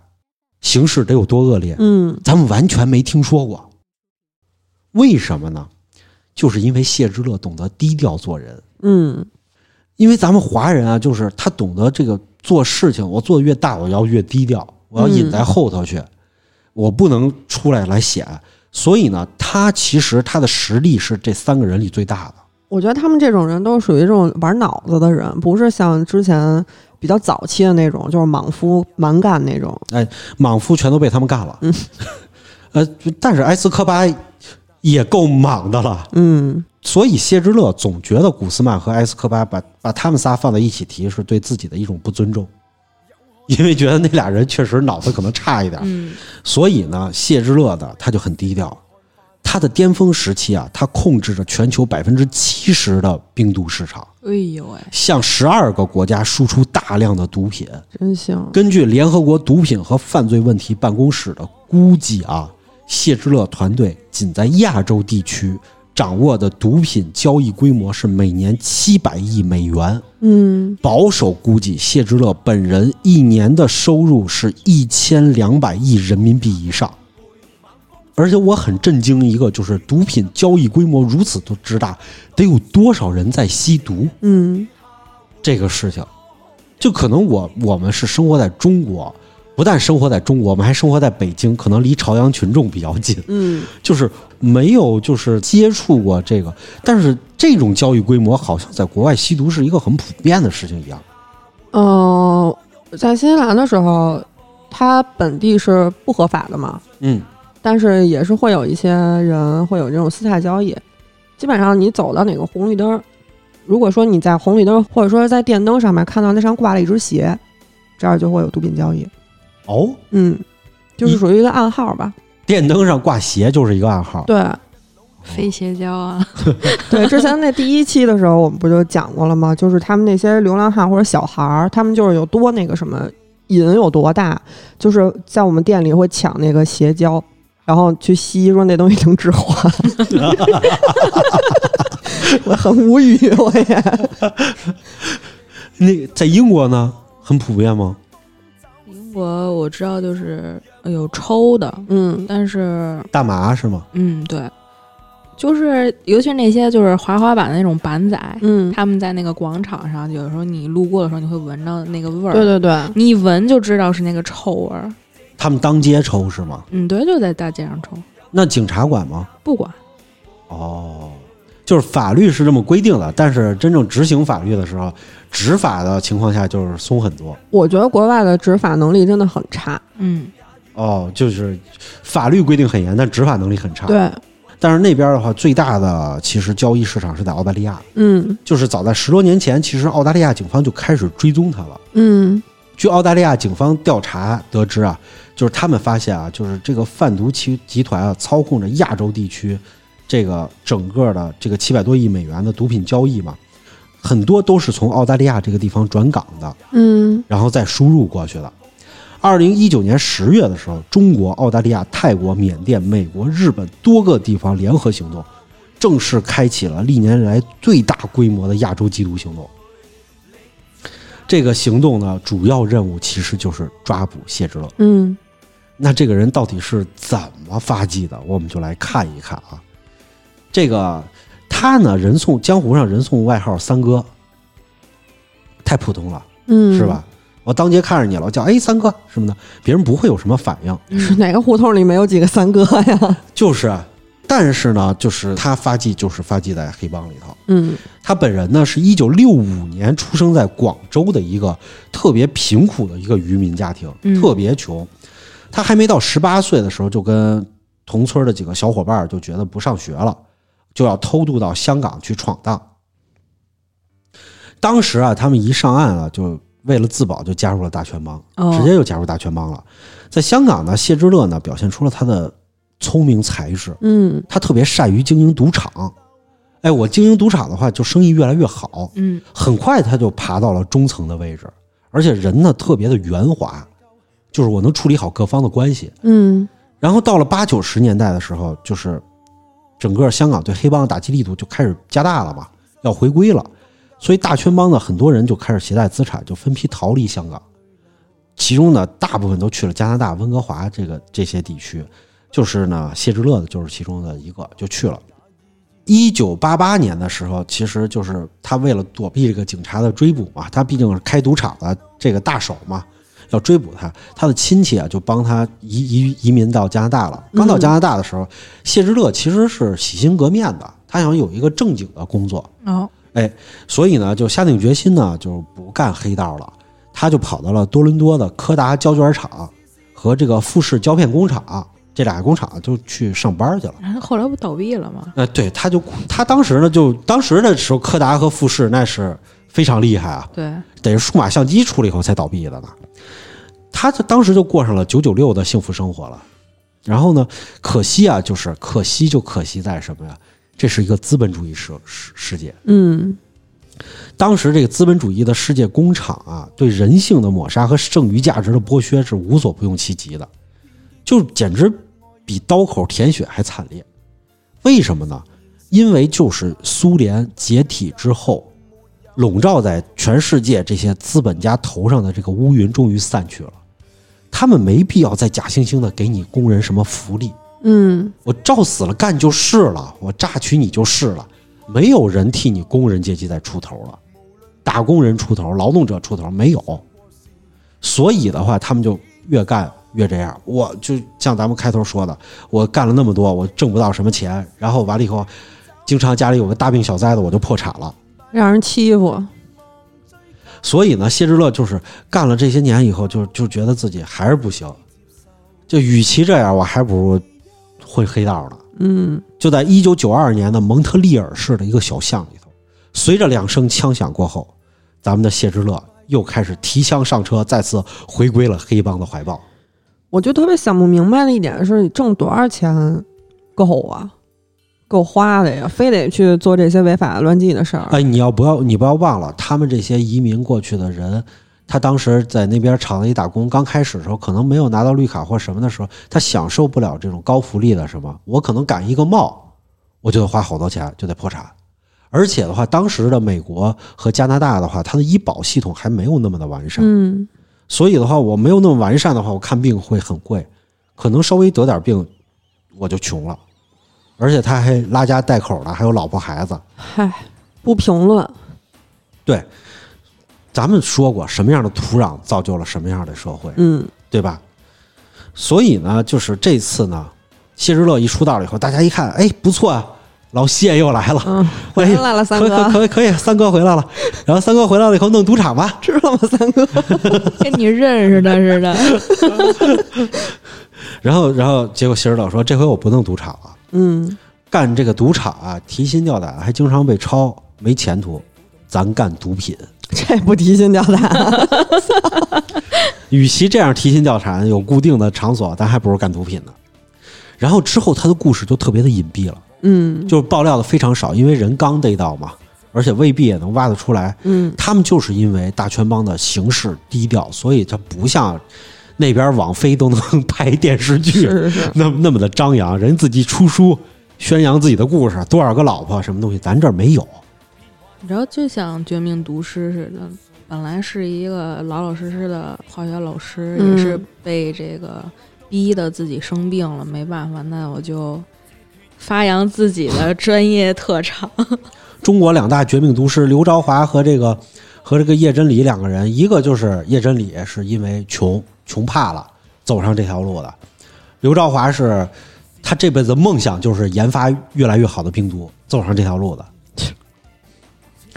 形势得有多恶劣？嗯咱们完全没听说过。为什么呢？就是因为谢之乐懂得低调做人。嗯因为咱们华人啊，就是他懂得这个做事情，我做的越大，我要越低调，我要隐在后头去，我不能出来来显。所以呢，他其实他的实力是这三个人里最大的。我觉得他们这种人都属于这种玩脑子的人，不是像之前比较早期的那种，就是莽夫蛮干那种。莽夫全都被他们干了。 (laughs) 呃，但是埃斯科巴也够莽的了，嗯所以谢之乐总觉得古斯曼和埃斯科巴把把他们仨放在一起提是对自己的一种不尊重，因为觉得那俩人确实脑子可能差一点。嗯，所以呢，谢之乐呢，他就很低调。他的巅峰时期啊，他控制着全球百分之七十的冰毒市场，哎呦喂，向十二个国家输出大量的毒品。真行。根据联合国毒品和犯罪问题办公室的估计啊，谢之乐团队仅在亚洲地区掌握的毒品交易规模是每年七百亿美元。嗯保守估计，谢之乐本人一年的收入是一千两百亿人民币以上。而且我很震惊，一个就是毒品交易规模如此之大，得有多少人在吸毒嗯这个事情？就可能我我们是生活在中国，不但生活在中国，我们还生活在北京，可能离朝阳群众比较近， (laughs) 嗯，就是没有就是接触过这个。但是这种教育规模好像在国外吸毒是一个很普遍的事情一样。呃，在新西兰的时候，它本地是不合法的嘛，嗯，但是也是会有一些人会有这种私下交易。基本上你走到哪个红绿灯儿，如果说你在红绿灯儿或者说在电灯上面看到那上挂了一只鞋，这儿就会有毒品交易。哦，嗯，就是属于一个暗号吧。电灯上挂鞋就是一个暗号。对非邪教啊， (laughs) 对，之前那第一期的时候我们不就讲过了吗？就是他们那些流浪汉或者小孩儿，他们就是有多那个什么瘾有多大，就是在我们店里会抢那个鞋胶，然后去吸，说那东西能致幻。我很无语，我也。那在英国呢，很普遍吗？英国我知道就是有抽的，嗯但是大麻是吗？嗯，对，就是尤其是那些就是滑滑板的那种板仔，嗯，他们在那个广场上，有时候你路过的时候，你会闻到那个味儿，对对对，你一闻就知道是那个臭味儿。他们当街抽是吗？嗯，对，就在大街上抽，那警察管吗？不管。哦，就是法律是这么规定的，但是真正执行法律的时候，执法的情况下就是松很多。我觉得国外的执法能力真的很差。嗯，哦，就是法律规定很严，但执法能力很差。，对，但是那边的话，最大的其实交易市场是在澳大利亚，嗯就是早在十多年前，其实澳大利亚警方就开始追踪它了。嗯据澳大利亚警方调查得知啊，就是他们发现啊，就是这个贩毒集集团啊，操控着亚洲地区这个整个的这个七百多亿美元的毒品交易嘛，很多都是从澳大利亚这个地方转港的，嗯然后再输入过去的。二零一九年十月的时候，中国、澳大利亚、泰国、缅甸、美国、日本多个地方联合行动，正式开启了历年来最大规模的亚洲缉毒行动。这个行动呢，主要任务其实就是抓捕谢之乐。嗯，那这个人到底是怎么发迹的？我们就来看一看啊。这个他呢，人送江湖上人送外号“三哥”，太普通了。嗯是？吧？我当街看着你了，我叫哎三哥什么的，别人不会有什么反应。是 (laughs) 哪个胡同里没有几个三哥呀？就是啊，但是呢，就是他发迹就是发迹在黑帮里头。嗯他本人呢是一九六五年出生在广州的一个特别贫苦的一个渔民家庭，嗯特别穷。他还没到十八岁的时候，就跟同村的几个小伙伴儿就觉得不上学了，就要偷渡到香港去闯荡。当时啊，他们一上岸啊，就为了自保，就加入了大圈帮，哦直接就加入大圈帮了。在香港呢，谢之乐呢表现出了他的聪明才智，嗯他特别善于经营赌场。哎，我经营赌场的话，就生意越来越好。嗯很快他就爬到了中层的位置，而且人呢特别的圆滑，就是我能处理好各方的关系。嗯然后到了八九十年代的时候，就是整个香港对黑帮的打击力度就开始加大了嘛，要回归了，所以大圈帮呢很多人就开始携带资产，就分批逃离香港，其中呢大部分都去了加拿大、温哥华这个这些地区，就是呢谢之乐的就是其中的一个就去了。一九八八年的时候，其实就是他为了躲避这个警察的追捕嘛，他毕竟是开赌场的这个大手嘛，要追捕他，他的亲戚啊就帮他移移移民到加拿大了。刚到加拿大的时候，谢之乐其实是洗心革面的，他想有一个正经的工作，哦所以呢就下定决心呢就不干黑道了，他就跑到了多伦多的柯达胶卷厂和这个富士胶片工厂这俩工厂就去上班去了。然后后来不倒闭了吗？呃，对，他就他当时呢，就当时的时候，柯达和富士那是非常厉害啊，对，得是数码相机出了以后才倒闭的呢。他这当时就过上了九九六的幸福生活了。然后呢，可惜啊，就是可惜就可惜在什么呀？这是一个资本主义世世世界，嗯当时这个资本主义的世界工厂啊，对人性的抹杀和剩余价值的剥削是无所不用其极的，就简直比刀口舔血还惨烈。为什么呢？因为就是苏联解体之后，笼罩在全世界这些资本家头上的这个乌云终于散去了，他们没必要再假惺惺的给你工人什么福利，嗯我照死了干就是了，我榨取你就是了，没有人替你工人阶级在出头了，打工人出头，劳动者出头没有，所以的话，他们就越干越这样。我就像咱们开头说的，我干了那么多，我挣不到什么钱，然后完了以后，经常家里有个大病小灾的，我就破产了。让人欺负，所以呢，谢之乐就是干了这些年以后，就就觉得自己还是不行，就与其这样，我还不如混黑道呢。嗯，就在一九九二年的蒙特利尔市的一个小巷里头，随着两声枪响过后，咱们的谢之乐又开始提枪上车，再次回归了黑帮的怀抱。我就特别想不明白的一点是，你挣多少钱够啊？够花的呀，非得去做这些违法乱纪的事儿。哎，你要不要？你不要忘了，他们这些移民过去的人，他当时在那边厂子里打工，刚开始的时候可能没有拿到绿卡或什么的时候，他享受不了这种高福利的什么。我可能赶一个帽，我就得花好多钱，就得破产。而且的话，当时的美国和加拿大的话，它的医保系统还没有那么的完善，嗯，所以的话，我没有那么完善的话，我看病会很贵，可能稍微得点病我就穷了，而且他还拉家带口的，还有老婆孩子。嗨，不评论，咱们说过，什么样的土壤造就了什么样的社会，嗯，对吧？所以呢，就是这次呢，谢之乐一出道了以后，大家一看，哎，不错啊，老谢又来了， (laughs) 嗯，回哎来了，三可以可以哥，可以可以，三哥回来了。然后三哥回来了以后，弄赌场吧。知道吗？三哥，跟你认识的似的。 (laughs) 然后然后结果谢之乐说，这回我不弄赌场了，嗯，干这个赌场啊，提心吊胆，还经常被抄，没前途。咱干毒品， (laughs) 这不提心吊胆，与其这样提心吊胆，有固定的场所，咱还不如干毒品呢。然后之后他的故事就特别的隐蔽了。嗯就是爆料的非常少，因为人刚逮到嘛，而且未必也能挖得出来。嗯，他们就是因为大圈帮的形式低调，所以他不像那边网飞都能 (laughs) 拍电视剧是是是，那么那么的张扬，人自己出书宣扬自己的故事，多少个老婆什么东西，咱这儿没有。你知道，就像《绝命毒师》似的，本来是一个老老实实的化学老师，嗯也是被这个逼的自己生病了，没办法，那我就发扬自己的专业特长。中国两大绝命毒师刘朝华和这个和这个叶真理两个人，一个就是叶真理是因为穷穷怕了走上这条路的，刘朝华是他这辈子梦想就是研发越来越好的病毒，走上这条路的。 (laughs)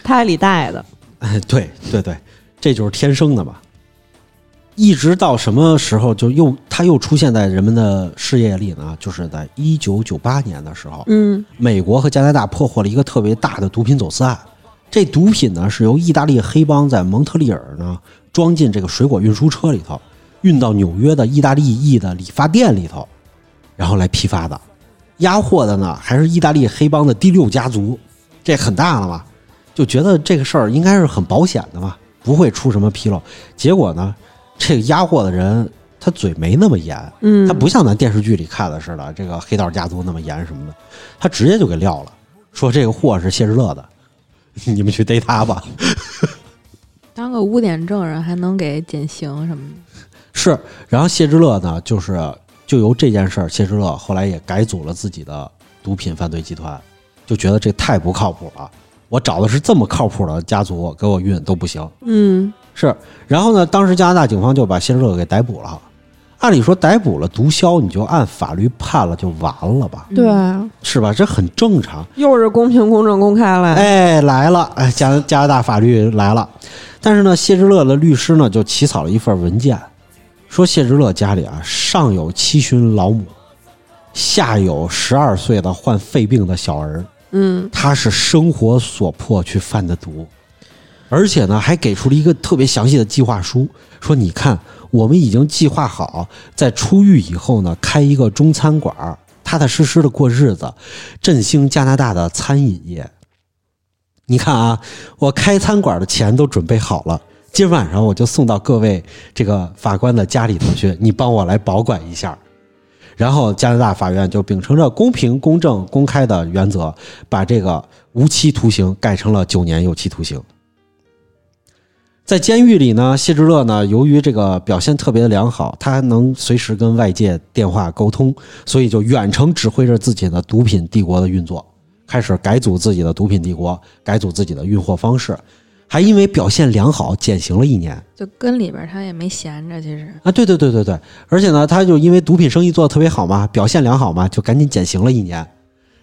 胎里带的，哎，对对对，这就是天生的嘛。一直到什么时候就又他又出现在人们的视野里呢？就是在一九九八年的时候，嗯美国和加拿大破获了一个特别大的毒品走私案。这毒品呢是由意大利黑帮在蒙特利尔呢装进这个水果运输车里头，运到纽约的意大利裔的理发店里头，然后来批发的。押货的呢还是意大利黑帮的第六家族，这很大了嘛，就觉得这个事儿应该是很保险的嘛，不会出什么纰漏。结果呢，这个押货的人他嘴没那么严，嗯，他不像咱电视剧里看的似的，这个黑道家族那么严什么的，他直接就给撂了，说这个货是谢之乐的， (laughs) 你们去逮他吧。 (laughs) 当个污点证人还能给减刑什么的。是，然后谢之乐呢，就是就由这件事儿，谢之乐后来也改组了自己的毒品犯罪集团，就觉得这太不靠谱了，我找的是这么靠谱的家族给我运都不行，嗯是，然后呢，当时加拿大警方就把谢之乐给逮捕了。按理说逮捕了毒枭，你就按法律判了就完了吧，对啊，是吧？这很正常。又是公平、公正、公开了，哎，来了，哎，加拿加拿大法律来了。但是呢，谢之乐的律师呢就起草了一份文件，说谢之乐家里啊上有七旬老母，下有十二岁的患肺病的小儿，嗯，他是生活所迫去贩的毒，而且呢还给出了一个特别详细的计划书，说你看，我们已经计划好在出狱以后呢开一个中餐馆儿，踏踏实实的过日子，振兴加拿大的餐饮业。你看啊，我开餐馆的钱都准备好了。今晚上我就送到各位这个法官的家里头去，你帮我来保管一下。然后加拿大法院就秉承着公平、公正、公开的原则，把这个无期徒刑改成了九年有期徒刑。在监狱里呢，谢之乐呢，由于这个表现特别良好，他能随时跟外界电话沟通，所以就远程指挥着自己的毒品帝国的运作，开始改组自己的毒品帝国，改组自己的运货方式。还因为表现良好减刑了一年就跟里边儿他也没闲着，其实啊！对对对对对，而且呢，他就因为毒品生意做得特别好嘛，表现良好嘛，就赶紧减刑了一年，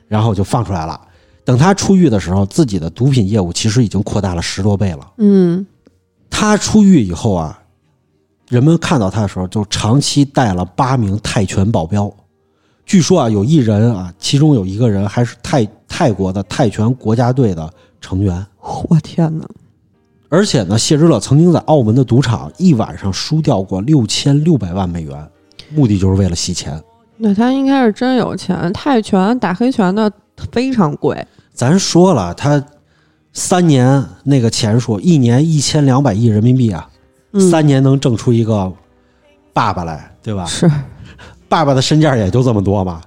然后就放出来了。等他出狱的时候，自己的毒品业务其实已经扩大了十多倍了。嗯，他出狱以后啊，人们看到他的时候，就长期带了八名泰拳保镖。据说啊，有一人啊，其中有一个人还是泰泰国的泰拳国家队的成员。我天哪，而且呢，谢之乐曾经在澳门的赌场一晚上输掉过六千六百万美元，目的就是为了洗钱。那他应该是真有钱，泰拳打黑拳的非常贵，咱说了，他三年那个钱数，一年一千两百亿人民币啊，嗯、三年能挣出一个爸爸来，对吧？是，爸爸的身价也就这么多嘛。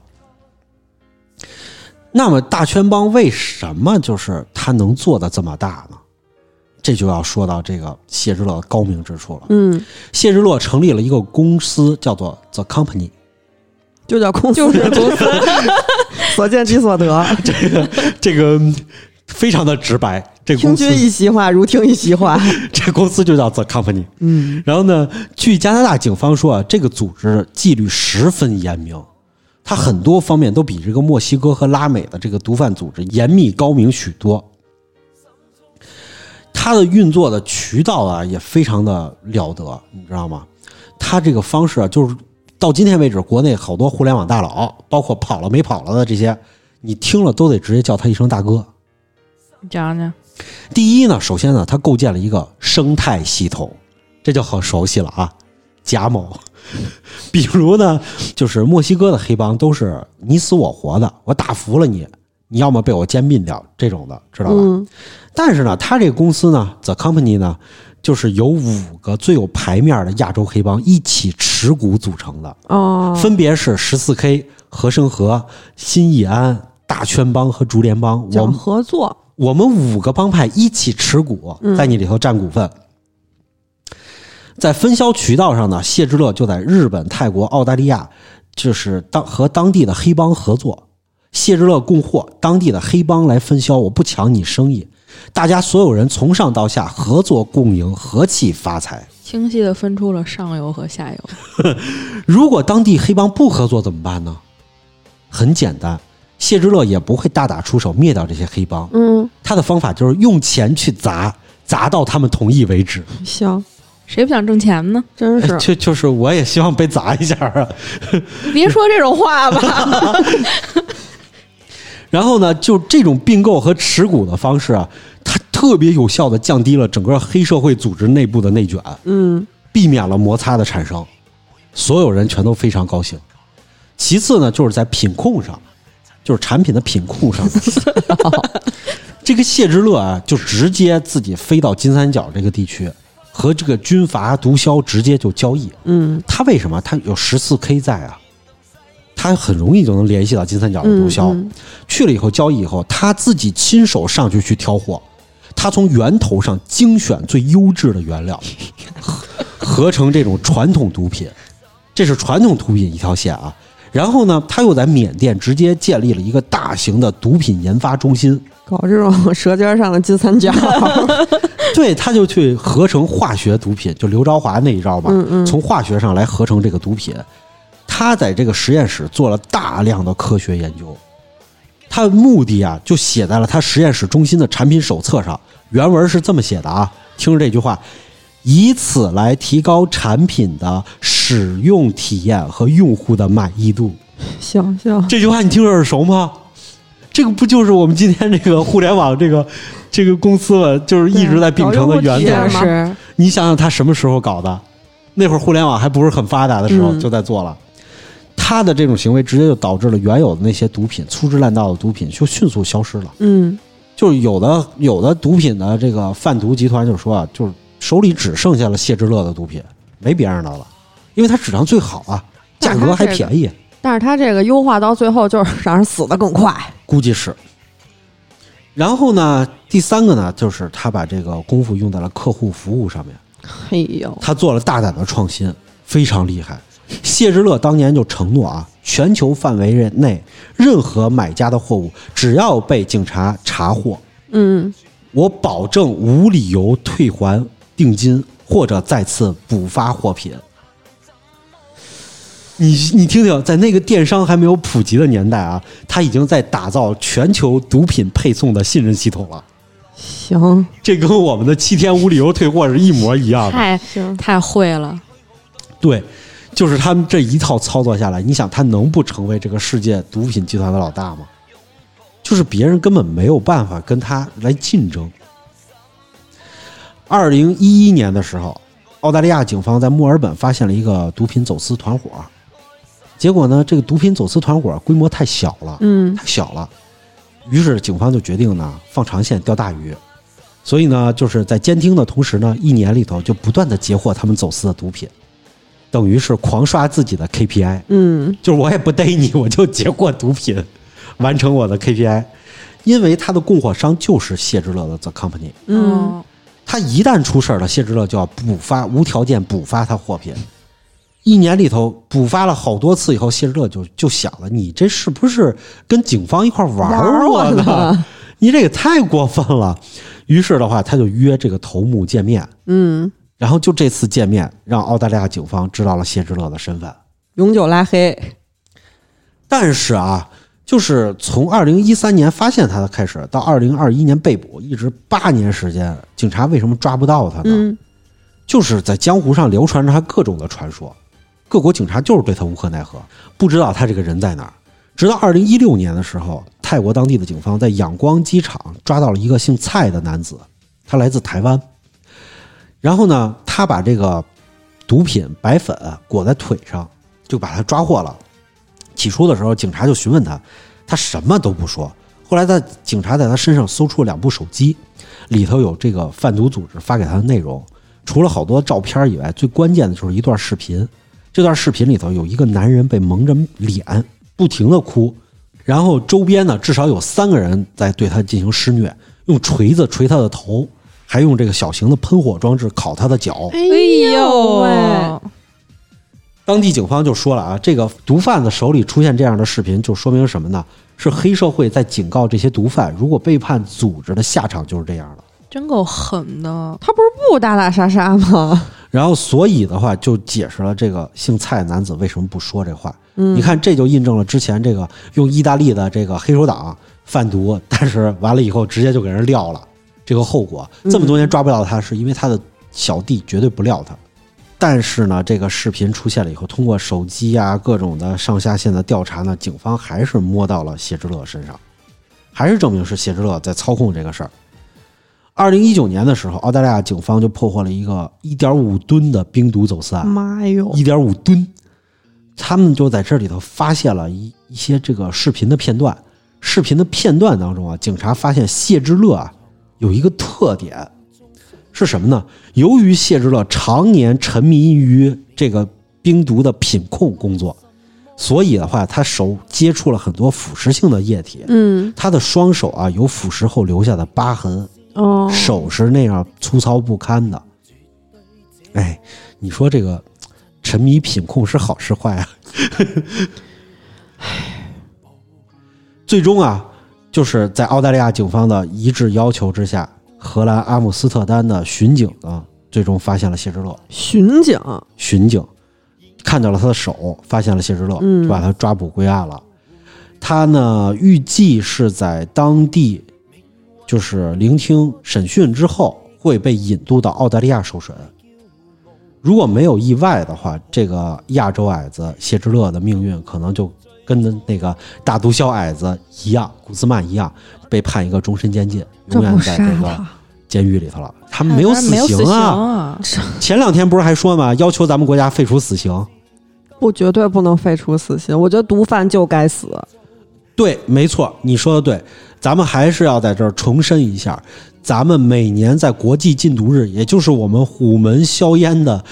那么大圈帮为什么就是他能做的这么大呢？这就要说到这个谢之乐的高明之处了。嗯，谢之乐成立了一个公司，叫做 The Company。就叫公司，就是公司， (laughs) 所见即所得，这个嗯非常的直白，这个听公司君一席话，如听一席话。 (laughs) 这个公司就叫 The Company。嗯，然后呢，据加拿大警方说啊，这个组织纪律十分严明，它很多方面都比这个墨西哥和拉美的这个毒贩组织严密高明许多。它的运作的渠道啊也非常的了得，你知道吗？它这个方式啊，就是到今天为止，国内好多互联网大佬，包括跑了没跑了的这些，你听了都得直接叫他一声大哥。你讲讲，第一呢，首先呢，它构建了一个生态系统，这就很熟悉了啊。贾某， (laughs) 比如呢，就是墨西哥的黑帮都是你死我活的，我打服了你，你要么被我兼并掉这种的，知道吧？嗯，但是呢，他这个公司呢，The Company 呢，就是由五个最有牌面的亚洲黑帮一起持股组成的，哦，分别是十四 K、和生和、新义安、大圈帮和竹联帮。我讲们合作，我们五个帮派一起持股，在你里头占股份。在分销渠道上呢，谢之乐就在日本、泰国、澳大利亚，就是当和当地的黑帮合作，谢之乐供货，当地的黑帮来分销，我不抢你生意，大家所有人从上到下合作共赢，和气发财。清晰的分出了上游和下游。如果当地黑帮不合作怎么办呢？很简单，谢之乐也不会大打出手灭掉这些黑帮，嗯，他的方法就是用钱去砸，砸到他们同意为止。哎行，谁不想挣钱 (laughs) 呢？真是，就就是我也希望被砸一下啊。别说这种话吧。然后呢，就这种并购和持股的方式啊，它特别有效的降低了整个黑社会组织内部的内卷，嗯，避免了摩擦的产生，所有人全都非常高兴。其次呢，就是在品控上，就是产品的品控上，这个谢之乐啊，就直接自己飞到金三角这个地区，和这个军阀毒枭直接就交易。嗯，他为什么他有十四 K 在啊？他很容易就能联系到金三角的毒枭，嗯去了以后交易以后，他自己亲手上去去挑货，他从源头上精选最优质的 (laughs) 原料，合合成这种传统毒品，这是传统毒品一条线啊。然后呢，他又在缅甸直接建立了一个大型的毒品研发中心，搞这种舌尖上的金三 (laughs) 角， (laughs) 对，他就去合成化学毒品，就刘朝华那一招嘛，从化学上来合成这个毒品。他在这个实验室做了大量的科学研究，他的目的啊，就写在了他实验室中心的产品手册上。原文是这么写的啊，听着这句话，以此来提高产品的使用体验和用户的满意度。行行，这句话你听着耳熟吗？这个不就是我们今天这个互联网这个 (laughs) 这个公司吗？就是一直在秉承的原对则啊搞用户体验吗嘛。是，你想想他什么时候搞的？那会儿互联网还不是很发达的时候嗯就在做了。他的这种行为直接就导致了原有的那些毒品粗制滥造的毒品就迅速消失了。嗯，就是有的有的毒品的这个贩毒集团就说啊，就是手里只剩下了谢之乐的毒品，没别人的了，因为它质量最好啊，价但是格它还这个便宜。但是他这个优化到最后就是让人死的更快，估计是。然后呢，第三个呢，就是他把这个功夫用在了客户服务上面，哎呦，他做了大胆的创新，非常厉害。谢之乐当年就承诺啊，全球范围内任何买家的货物，只要被警察查获，嗯，我保证无理由退还定金或者再次补发货品。你你听听，在那个电商还没有普及的年代啊，他已经在打造全球毒品配送的信任系统了。行这跟我们的七天无理由退货是一模一样的。太哎行，太会了，对，就是他们这一套操作下来，你想他能不成为这个世界毒品集团的老大吗？就是别人根本没有办法跟他来竞争。二零一一年的时候，澳大利亚警方在墨尔本发现了一个毒品走私团伙，结果呢，这个毒品走私团伙规模太小了，嗯太小了，于是警方就决定呢放长线钓大鱼，所以呢就是在监听的同时呢，一年里头就不断的截获他们走私的毒品，等于是狂刷自己的 KPI，嗯，就是我也不逮你，我就截获毒品，完成我的 KPI，因为他的供货商就是谢之乐的 The Company，嗯，他一旦出事儿了，谢之乐就要补发，无条件补发他货品。一年里头补发了好多次以后，谢之乐就就想了，你这是不是跟警方一块儿玩儿我呢？呢， (laughs) 你这也太过分了。于是的话，他就约这个头目见面，嗯，然后就这次见面让澳大利亚警方知道了谢之乐的身份。永久拉黑，但是啊，就是从二零一三年发现他的开始，到二零二一年被捕，一直八年时间，警察为什么抓不到他呢？嗯就是在江湖上流传着他各种的传说，各国警察就是对他无可奈何，不知道他这个人在哪儿。直到二零一六年的时候，泰国当地的警方在仰光机场抓到了一个姓蔡的男子，他来自台湾。然后呢，他把这个毒品白粉裹在腿上，就把他抓获了。起初的时候，警察就询问他，他什么都不说。后来，他警察在他身上搜出了两部手机，里头有这个贩毒组织发给他的内容。除了好多照片以外，最关键的就是一段视频。这段视频里头有一个男人被蒙着脸，不停的哭，然后周边呢至少有三个人在对他进行施虐，用锤子锤他的头，还用这个小型的喷火装置烤他的脚。哎哎呦呦喂，当地警方就说了啊，这个毒贩子手里出现这样的视频，就说明什么呢？是黑社会在警告这些毒贩，如果背叛组织的下场就是这样的。真够狠的，他不是不打打杀杀吗？然后，所以的话就解释了这个姓蔡的男子为什么不说这话。嗯你看，这就印证了之前这个用意大利的这个黑手党贩毒，但是完了以后直接就给人撂了，这个后果这么多年抓不到他，是因为他的小弟绝对不撂他。但是呢，这个视频出现了以后，通过手机啊各种的上下线的调查呢，警方还是摸到了谢之乐身上，还是证明是谢之乐在操控这个事儿。二零一九年的时候，澳大利亚警方就破获了一个一点五吨的冰毒走私案。妈哟，一点五吨，他们就在这里头发现了一一些这个视频的片段。视频的片段当中啊，警察发现谢之乐啊有一个特点是什么呢？由于谢之乐常年沉迷于这个冰毒的品控工作，所以的话，他手接触了很多腐蚀性的液体。嗯他的双手啊有腐蚀后留下的疤痕，哦，手是那样粗糙不堪的。哎，你说这个沉迷品控是好是坏啊？ (laughs) 最终啊，就是在澳大利亚警方的一致要求之下，荷兰阿姆斯特丹的巡警呢，最终发现了谢之乐。巡警，巡警看到了他的手，发现了谢之乐，嗯就把他抓捕归案了。他呢，预计是在当地就是聆听审讯之后，会被引渡到澳大利亚受审。如果没有意外的话，这个亚洲矮子谢之乐的命运可能就跟那个大毒枭矮子一样，古兹曼一样，被判一个终身监禁，这永远不在杀这个他，监狱里头了。他们啊哎没有当然死没有刑死刑啊！啊，前两天不是还说嘛，要求咱们国家废除死刑？不绝对不能废除死刑，我觉得毒贩就该死。对，没错，你说的对。咱们还是要在这儿重申一下，咱们每年在国际禁毒日，也就是我们虎门销烟的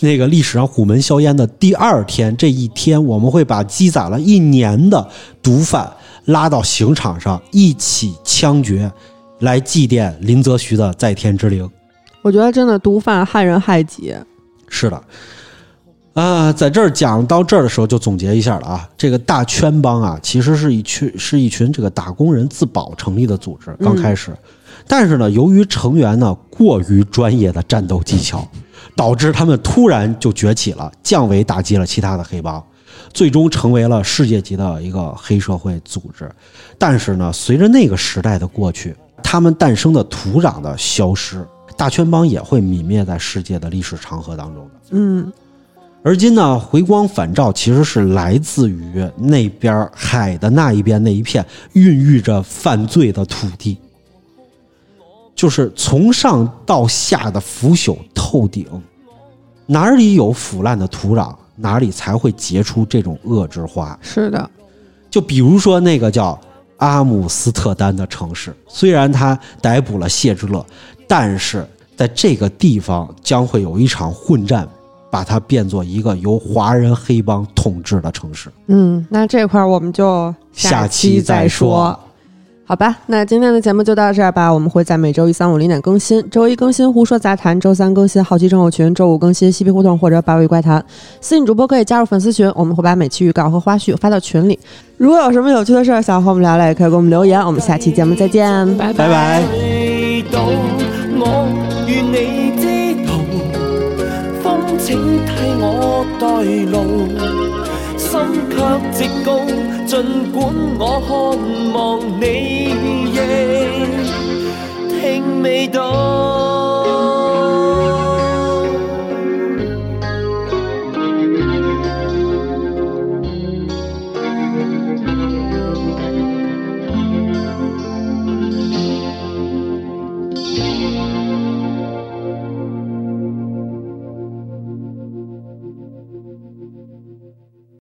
那个历史上虎门销烟的第二天，这一天我们会把积攒了一年的毒贩拉到刑场上一起枪决，来祭奠林则徐的在天之灵。我觉得真的毒贩害人害己，是的，啊，在这儿讲到这儿的时候，就总结一下了啊。这个大圈帮啊，其实是一群是一群这个打工人自保成立的组织。刚开始，但是呢，由于成员呢过于专业的战斗技巧，导致他们突然就崛起了，降维打击了其他的黑帮，最终成为了世界级的一个黑社会组织。但是呢，随着那个时代的过去，他们诞生的土壤的消失，大圈帮也会泯灭在世界的历史长河当中的。嗯而今呢，回光返照其实是来自于那边儿海的那一边那一片孕育着犯罪的土地，就是从上到下的腐朽透顶，哪里有腐烂的土壤，哪里才会结出这种恶之花。是的，就比如说那个叫阿姆斯特丹的城市，虽然他逮捕了谢之乐，但是在这个地方将会有一场混战，把它变作一个由华人黑帮统治的城市。嗯，那这块儿我们就下期期再说说。好吧，那今天的节目就到这儿吧。我们会在每周一、三、五零点更新，周一更新《胡说杂谈》，周三更新《好奇症候群》，周五更新《嬉皮胡同》或者《八位怪谈》。私信主播可以加入粉丝群，我们会把每期预告和花絮发到群里。如果有什么有趣的事儿想和我们聊聊，也可以给我们留言。我们下期节目再见，拜拜拜。你懂我与你之同，风请替我代劳，心却直高，尽管我渴望你亦听未到。